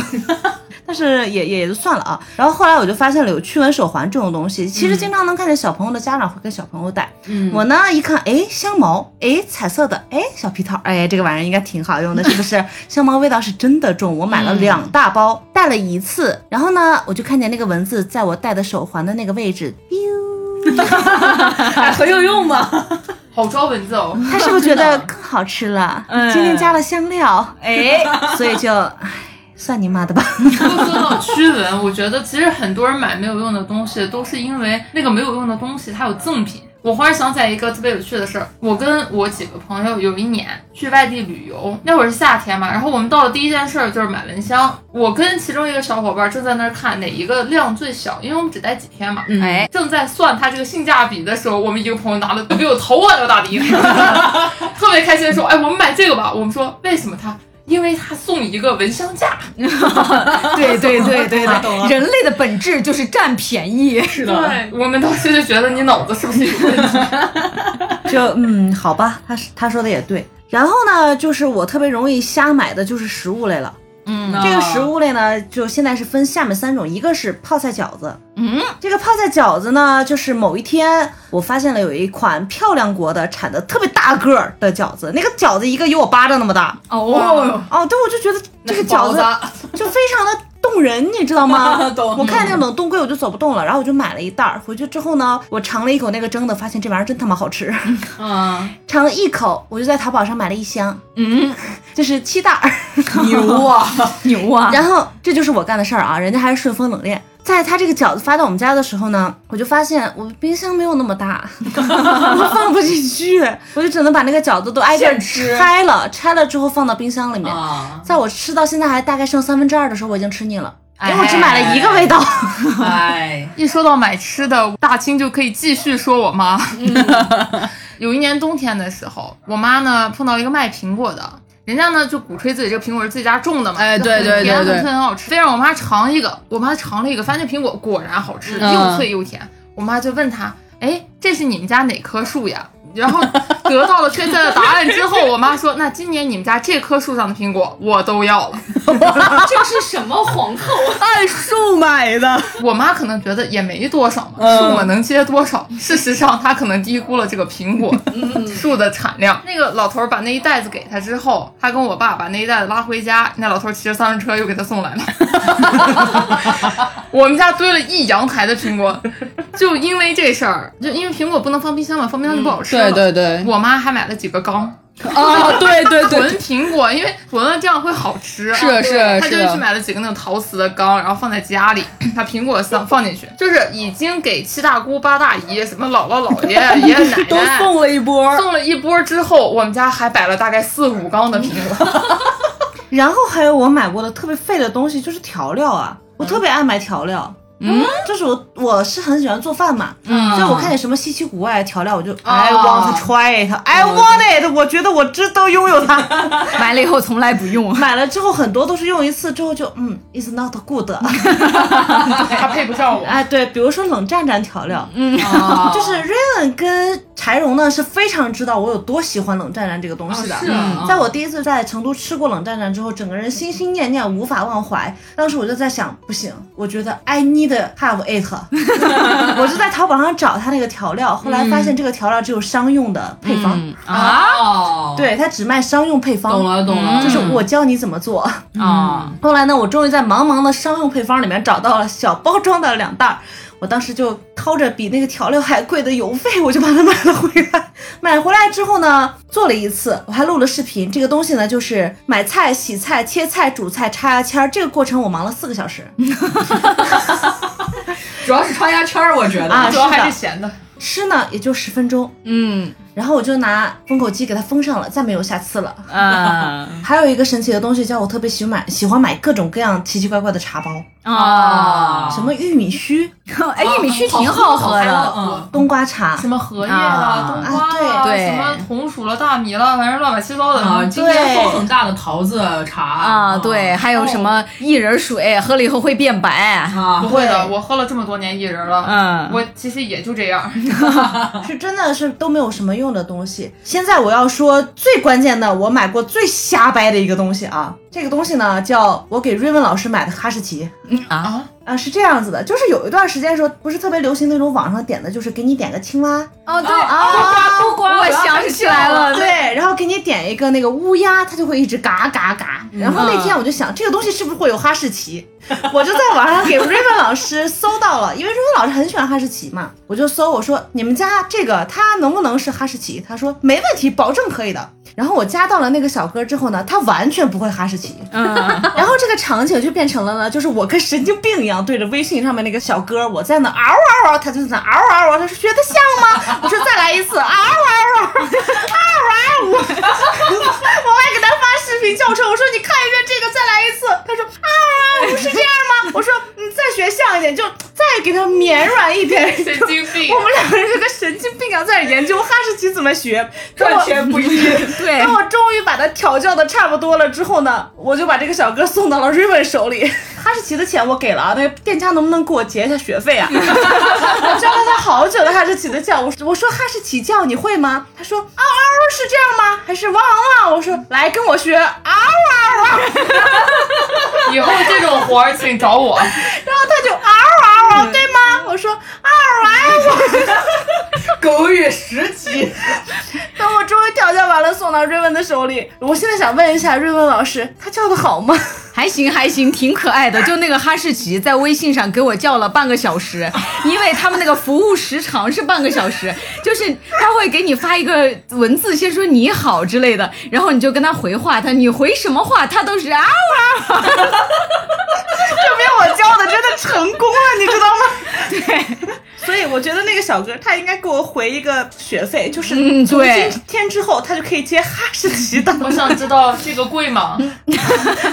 S6: 但是也也也就算了啊。然后后来我就发现了有驱蚊手环这种东西，其实经常能看见小朋友的家长会给小朋友戴。嗯，我呢一看，哎，香茅，哎，彩色的，哎，小皮套，哎，这个玩意儿应该挺好用的，是不是？香茅味道是真的重，我买了两大包，戴了一次。然后呢，我就看见那个蚊子在我戴的手环的那个位置，
S10: 很有用吗？
S5: 好招蚊子哦，
S6: 它是不是觉得更好吃了？今天加了香料，
S10: 哎，
S6: 所以就唉算你妈的吧。
S5: 不过说到驱蚊，我觉得其实很多人买没有用的东西，都是因为那个没有用的东西它有赠品。我忽然想起来一个特别有趣的事儿，我跟我几个朋友有一年去外地旅游，那会儿是夏天嘛，然后我们到了第一件事儿就是买蚊香。我跟其中一个小伙伴正在那儿看哪一个量最小，因为我们只待几天嘛，
S10: 哎，
S5: 正在算它这个性价比的时候，我们一个朋友拿了比我头发都大的一个， 特别开心的说：“哎，我们买这个吧。”我们说：“为什么他？因为他送一个蚊香架。”
S10: 对对对 对对，人类的本质就是占便宜。是
S5: 对，我们当时就觉得你脑子是不是有问题？
S6: 就嗯，好吧，他是他说的也对。然后呢，就是我特别容易瞎买的就是食物类了。嗯，这个食物类呢，就现在是分下面三种，一个是泡菜饺子。嗯，这个泡菜饺子呢，就是某一天我发现了有一款漂亮国的产的特别大个儿的饺子，那个饺子一个有我巴掌那么大。
S10: 哦，
S6: 哦，对，我就觉得这个饺子就非常的动人，你知 道吗？我看那个冷冻柜我就走不动了，然后我就买了一袋儿。回去之后呢，我尝了一口那个蒸的，发现这玩意儿真他妈好吃。
S5: 嗯，
S6: 尝了一口，我就在淘宝上买了一箱，嗯， 就是七袋儿。
S10: 牛 啊，牛啊！
S6: 然后这就是我干的事儿啊，人家还是顺风冷链。在他这个饺子发到我们家的时候呢，我就发现我冰箱没有那么大，我 放不进去，我就只能把那个饺子都挨个拆了，拆了之后放到冰箱里面。
S5: 啊，
S6: 在我吃到现在还大概剩三分之二的时候，我已经吃腻了，因为我只买了一个味 道。
S3: 哎，
S5: 一说到买吃的，大清就可以继续说我妈。 有一年冬天的时候，我妈呢碰到一个卖苹果的。人家呢就鼓吹自己这个苹果是自己家种的嘛，
S3: 哎
S5: 就
S3: 对
S5: 很
S3: 对对
S5: 甜
S3: 对
S5: 很脆很好吃，非让我妈尝一个。我妈尝了一个，发现这苹果果然好吃，
S3: 嗯
S5: 又脆又甜。我妈就问她，哎，这是你们家哪棵树呀？然后得到了确切的答案之后，我妈说，那今年你们家这棵树上的苹果我都要了。
S2: 这是什么皇后啊？
S4: 按数买的，
S5: 我妈可能觉得也没多少嘛，
S3: 嗯
S5: 是我能接多少。事实上，她可能低估了这个苹果
S3: 嗯
S5: 树的产量。那个老头儿把那一袋子给他之后，他跟我爸把那一袋子拉回家，那老头儿骑着三轮车又给他送来了。 我们家堆了一阳台的苹果，就因为这事儿，就因为苹果不能放冰箱嘛，放冰箱就不好吃
S3: 嗯
S5: 了。
S3: 对对 对，
S5: 我妈还买了几个缸
S3: 啊，对对 对，
S5: 囤苹果，因为囤了这样会好吃。啊
S3: 是是是
S5: 他就去买了几个那种陶瓷的缸，然后放在家里， 把苹果放放进去，就是已经给七大姑八大姨、什么姥姥姥爷、啊 爷爷奶奶
S4: 都送了一波。
S5: 送了一波之后，我们家还摆了大概四五缸的苹 果。
S6: 然后还有我买过的特别废的东西就是调料啊，我特别爱买调料。嗯，就是我我是很喜欢做饭嘛，所以我看见什么稀奇古怪的调料，我就 I want to try it，I 哦 want it，我觉得我值得拥有它。
S10: 买了以后从来不用。
S6: 买了之后很多都是用一次之后就嗯，is t not good。
S5: 他配不上我。
S6: 哎，对，比如说冷战战调料，
S5: 啊
S6: 就是 Raven 跟柴荣呢是非常知道我有多喜欢冷战战这个东西的。嗯
S5: 是啊
S6: 在我第一次在成都吃过冷战战之后，整个人心心念念无法忘怀。当时我就在想，不行，我觉得 I need have it。我就在淘宝上找他那个调料，后来发
S5: 嗯
S6: 现这个调料只有商用的配方，
S3: 啊，
S6: 对，它只卖商用配方。
S3: 懂了懂了，嗯
S6: 就是我教你怎么做啊。后来呢，我终于在茫茫的商用配方里面找到了小包装的两袋儿，我当时就掏着比那个调料还贵的邮费，我就把它买了回来。买回来之后呢，做了一次，我还录了视频。这个东西呢，就是买菜、洗菜、切菜、煮菜、插牙签儿，这个过程我忙了四个小时。
S3: 主要是穿牙签儿，我觉得
S6: 啊
S5: 主要还是
S6: 是
S5: 咸的。
S6: 吃呢也就十分钟，嗯，然后我就拿封口机给它封上了，再没有下次了。
S4: 啊
S6: 还有一个神奇的东西，叫我特别喜欢买，喜欢买各种各样奇奇怪怪的茶包，
S10: 啊，
S6: 什么玉米须、
S10: 哎，玉米须挺好喝的，
S5: 嗯，
S6: 冬瓜茶
S5: 什。么荷叶啦、冬瓜啦、
S10: 啊对对
S5: 什么红薯了、大米了，反正乱七八糟的。嗯
S3: 啊，今天
S6: 对
S3: 放很大的桃子茶
S10: 啊，对，还有什么薏仁水，喝了以后会变白。
S3: 啊
S5: 不，会的，我喝了这么多年薏仁了，
S10: 嗯
S5: 我其实也就这 样。
S6: 是真的是都没有什么用的东西。现在我要说最关键的，我买过最瞎掰的一个东西啊，这个东西呢叫我给瑞文老师买的哈士奇。
S10: 啊
S6: 啊，是这样子的，就是有一段时间的时候，不是特别流行那种网上点的，就是给你点个青蛙
S10: 哦，对，
S6: 啊，
S10: 呱呱，我想起来了，
S6: 对，然后给你点一个那个乌鸦，它就会一直嘎嘎嘎。然后那天我就想，这个东西是不是会有哈士奇？我就在网上给 Raven 老师搜到了，因为 Raven 老师很喜欢哈士奇嘛，我就搜我说你们家这个它能不能是哈士奇？他说没问题，保证可以的。然后我加到了那个小哥之后呢，他完全不会哈士奇。
S3: 嗯，
S6: 然后这个场景就变成了呢，就是我跟神经病一样对着微信上面那个小哥，我在那嗷嗷嗷，他就在那嗷嗷嗷，他说学的像吗？ 我说再来一次嗷嗷嗷 嗷嗷，我我还给他发视频教程，我说你看一遍这个再来一次，他说嗷嗷嗷是这样吗？ 我说你再学像一点，就再给他绵软一点。
S5: 神经病
S6: 我，们两个人就跟神经病一啊样在那研究哈士奇怎么学， 完全不一。
S10: 对
S6: 当我 终于把它调教的差不多了之后呢，我就把这个小哥送到了瑞文手 里。哈士奇的钱我给了啊，那个店家能不能给我结一下学费啊？ 我教了他好久的哈士奇的叫，我说我说哈士奇叫你会吗？他说嗷啊嗷是这样吗？还是汪汪汪？我说来跟我学嗷嗷嗷。
S5: 以后这种活儿请找我。
S6: 然后他就嗷嗷嗷，对吗？我说啊嗷嗷嗷。
S2: 狗语十级，
S6: 等我终于调教完了，送到瑞文的手里。我现在想问一下瑞文老师，他叫的好吗？
S10: 还行还行，挺可爱的。就那个哈士奇在微信上给我叫了半个小时，因为他们那个服务时长是半个小时，就是他会给你发一个文字，先说你好之类的，然后你就跟他回话，他你回什么话，他都是啊哇。
S6: 证明我教的真的成功 了，你知道吗？对，所以我觉得那个小哥他应该给我回一个学费，就是
S10: 嗯
S6: 从
S10: 对
S6: 今天之后他就可以接哈士奇 的，
S5: 我想知道这个贵吗？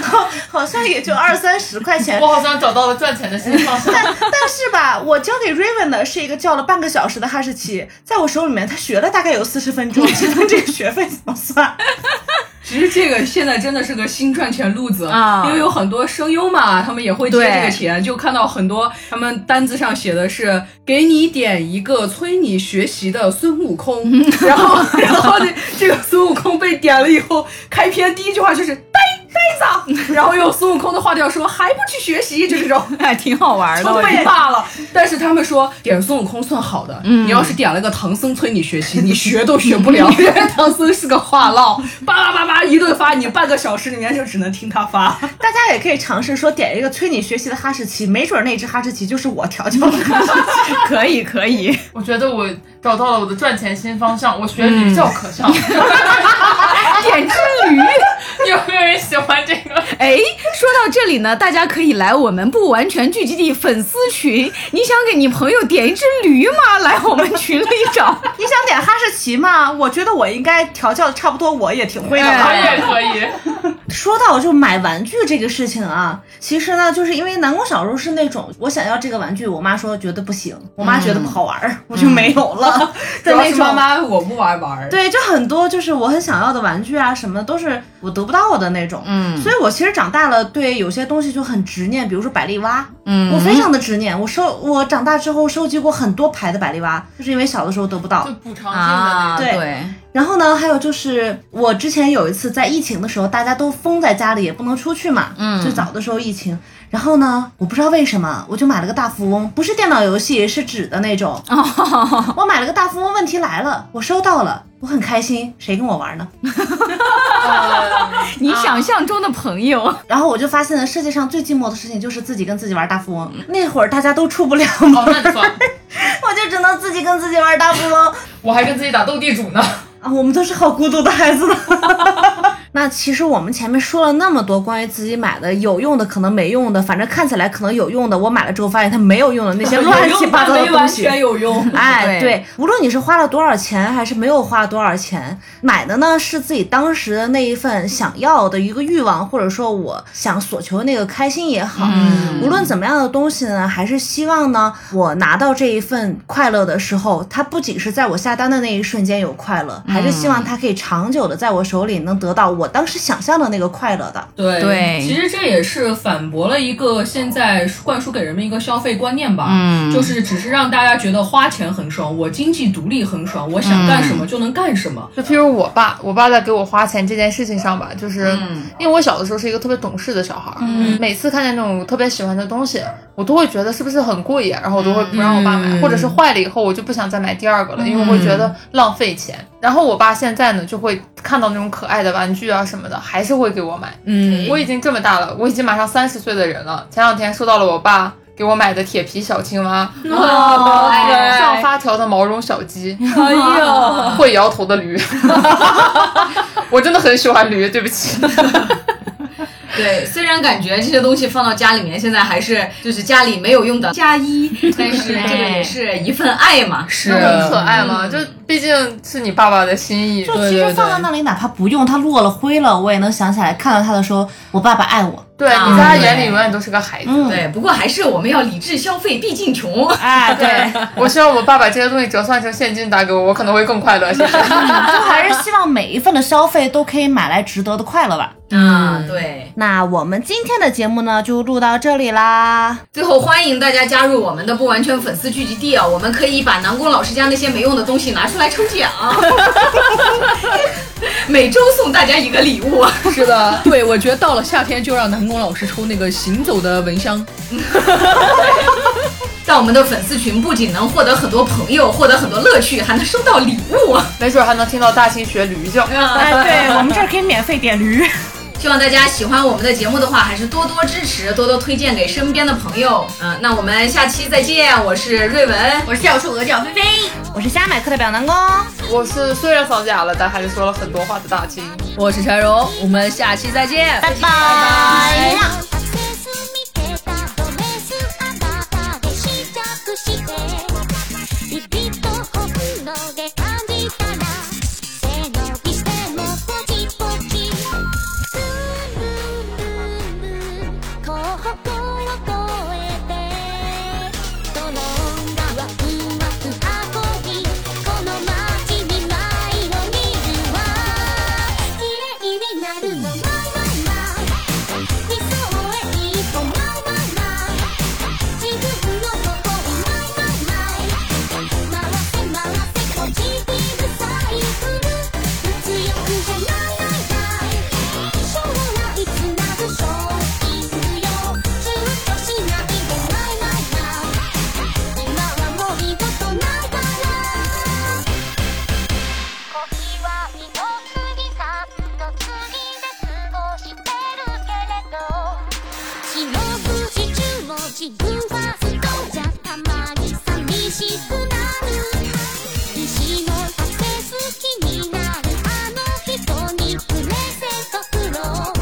S6: 好好像也就二三十块钱
S5: 我。好像找到了赚钱的新方向。
S6: 但但是吧， 我教给 Raven 的是一个叫了半个小时的哈士奇，在我手里面他学了大概有四十分钟，请问这个学费怎么算？
S3: 其实这个现在真的是个新赚钱路子
S10: 啊
S3: 因为有很多声优嘛，他们也会接
S10: 对
S3: 这个钱，就看到很多他们单子上写的是给你点一个催你学习的孙悟 空，然后然后这这个孙悟空被点了以后，开篇第一句话就是呆呆子，然后用孙悟空的话调说还不去学习，就这种。
S10: 还 挺好玩的，
S3: 都
S10: 我觉
S3: 被
S10: 得
S3: 骂了，但是他们说点孙悟空算好的，
S10: 嗯
S3: 你要是点了个唐僧催你学习，你学都学不 了，因为唐僧是个话唠，叭叭叭叭一顿发，你半个小时里面就只能听他发。
S6: 大家也可以尝试说点一个催你学习的哈士奇，没准那只哈士奇就是我调教的 哈士奇。
S10: 可以可以。
S5: 我觉得我找到了我的赚钱新方向，我学驴叫可像。
S10: 点之驴。
S5: 有没有人喜欢这个？
S10: 哎，说到这里呢，大家可以来我们不完全聚集地粉丝群。你想给你朋友点一只驴吗？来我们群里找。
S6: 你想点哈士奇吗？我觉得我应该调教的差不多，我也挺会的吧。
S10: 哎
S5: 我也可以。
S6: 说到就买玩具这个事情啊，其实呢，就是因为南宫小时候是那种我想要这个玩具，我妈说觉得不行，我妈觉得不好玩，儿，我就没有了。
S3: 嗯主
S6: 的
S3: 要
S6: 那
S3: 是
S6: 种
S3: 妈妈我不玩玩，
S6: 对，就很多就是我很想要的玩具啊什么的，都是我得不到的那种。嗯，所以我其实长大了，对有些东西就很执念，比如说百丽蛙，嗯，我非常的执念。我收我长大之后收集过很多牌的百丽蛙，就是因为小的时候得不到
S5: 就。补偿性的
S10: 啊，
S6: 对
S10: 对，
S6: 然后呢，还有就是我之前有一次在疫情的时候，大家都封在家里，也不能出去嘛。嗯，最早的时候疫情，然后呢，我不知道为什么，我就买了个大富翁，不是电脑游戏，是纸的那种。我买了个大富翁，问题来了，我收到了，我很开心，谁跟我玩呢？
S10: 你想象中的朋友，
S6: 然后我就发现了世界上最寂寞的事情就是自己跟自己玩大富翁。那会儿大家都出不了门，
S5: 嗯哦，那你算了，
S6: 我就只能自己跟自己玩大富翁。
S5: 我还跟自己打斗地主呢。
S6: 啊，我们都是好孤独的孩子。 那其实我们前面说了那么多关于自己买的有用的，可能没用的，反正看起来可能有用的，我买了之后发现它没有用的 那些乱七八糟的东西。
S3: 有用。
S6: 哎，
S10: 对
S6: 对，无论你是花了多少钱，还是没有花多少钱，买的呢是自己当时的那一份想要的一个欲望，或者说我想索求的那个开心也好。无论怎么样的东西呢，还是希望呢，我拿到这一份快乐的时候，它不仅是在我下单的那一瞬间有快乐，还是希望它可以长久的在我手里能得到我当时想象的那个快乐的。
S3: 对
S10: 对
S3: 其实这也是反驳了一个现在灌输给人们一个消费观念吧，嗯，就是只是让大家觉得花钱很爽，我经济独立很爽，我想干什么就能干什么。
S5: 就譬如我爸，我爸在给我花钱这件事情上吧，就是、因为我小的时候是一个特别懂事的小孩儿，每次看见那种我特别喜欢的东西，我都会觉得是不是很贵呀、然后我都会不让我爸买，或者是坏了以后我就不想再买第二个了，因为我会觉得浪费钱。然后我爸现在呢，就会看到那种可爱的玩具啊什么的，还是会给我买。
S3: 嗯，
S5: 我已经这么大了，我已经马上三十岁的人了。前两天收到了我爸给我买的铁皮小青蛙，
S10: 哦
S5: 哦
S3: 好可爱
S5: 上发条的毛绒小鸡，
S3: 哎呦，
S5: 会摇头的驴，我真的很喜欢驴，对不起。
S2: 对，虽然感觉这些东西放到家里面，现在还是就是家里没有用的加一，但是这个也是一份爱嘛。
S5: 就很可爱嘛，就毕竟是你爸爸的心意。
S6: 就其实放在那里，哪怕不用，它落了灰了，我也能想起来，看到它的时候，我爸爸爱我。
S5: 对，嗯你在他眼里永远都是个孩子。
S2: 对，不过还是我们要理智消费，毕竟穷。
S6: 哎， 对，
S5: 我希望我爸把这些东西折算成现金打给我，我可能会更快乐。谢谢。
S6: 就还是希望每一份的消费都可以买来值得的快乐吧。
S3: 嗯
S2: 啊，对。
S6: 那我们今天的节目呢，就录到这里啦。
S2: 最后欢迎大家加入我们的不完全粉丝聚集地啊，我们可以把南宫老师家那些没用的东西拿出来抽奖， 每周送大家一个礼物。啊
S3: 是的， 对，我觉得到了夏天就让南宫老师抽那个行走的蚊香。
S2: 在我们的粉丝群不仅能获得很多朋友，获得很多乐趣，还能收到礼物。 啊
S5: 没准还能听到大庆学驴叫。
S6: 哎，对我们这儿可以免费点驴。
S2: 希望大家喜欢我们的节目的话，还是多多支持，多多推荐给身边的朋友。嗯、那我们下期再见，我是瑞文，
S1: 我是教授鹅叫菲菲，
S6: 我是瞎买课的表南宫，
S5: 我是虽然放假了，但还是说了很多话的大庆。
S3: 我是陈荣，我们下期再见，
S6: 拜拜。
S7: アクセス見てたドレスあなたで試着して」「リピットオフの下感じたら」「背伸びしてもポチポチ」「ブンブンブンブンこう心越えて」「ドローンがワクワク運び」「この街に舞を見るわ」「綺麗になるのマイマイマイ」「理想へ一歩回らない」「自分のことを回せ回せポジティブサイクル」「物欲じゃないない将来つなぐショッピングよ」「シュッとしないでないないない」「今はもう二度とないから」「恋は二の次三の次で過ごしてるけれど」「四六時中も自分は不幸じゃたまに寂しくなる」「西の風好きになるあの人にプレゼントプロ」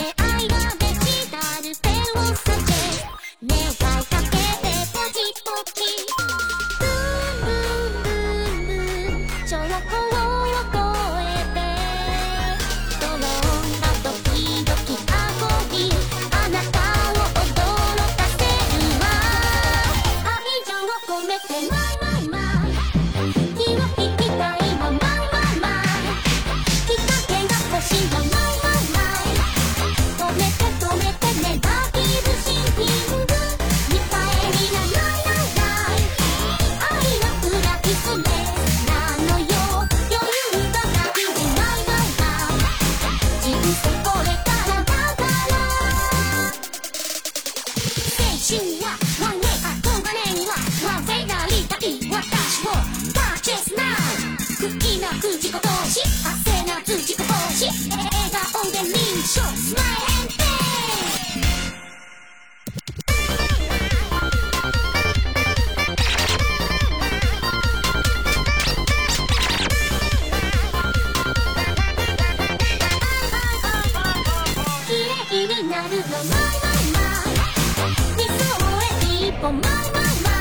S7: 「AI がデジタル手を避け」「願いかけてポチポチ」「ブンブンブンブン」「兆候を越えて」「ドローンが時々運び」「あなたを驚かせるわ」「愛情を込めてマイマイマイ」「気を引きたいわマイマイマイ」「きっかけが欲しいわマイマイマイ」「止めて止めてネガティブシンキング」「見返りがないないない」「愛は裏キスメなのよ」「余裕がなくてないないない」「人生これからだから」青春はワンへ憧れには風がりたい私をパーチェスナウ好きな口こぼし汗な口こぼし笑顔で認証スマイルエンテ綺麗になるのマイマイマイ理想へ一歩マイマイマイ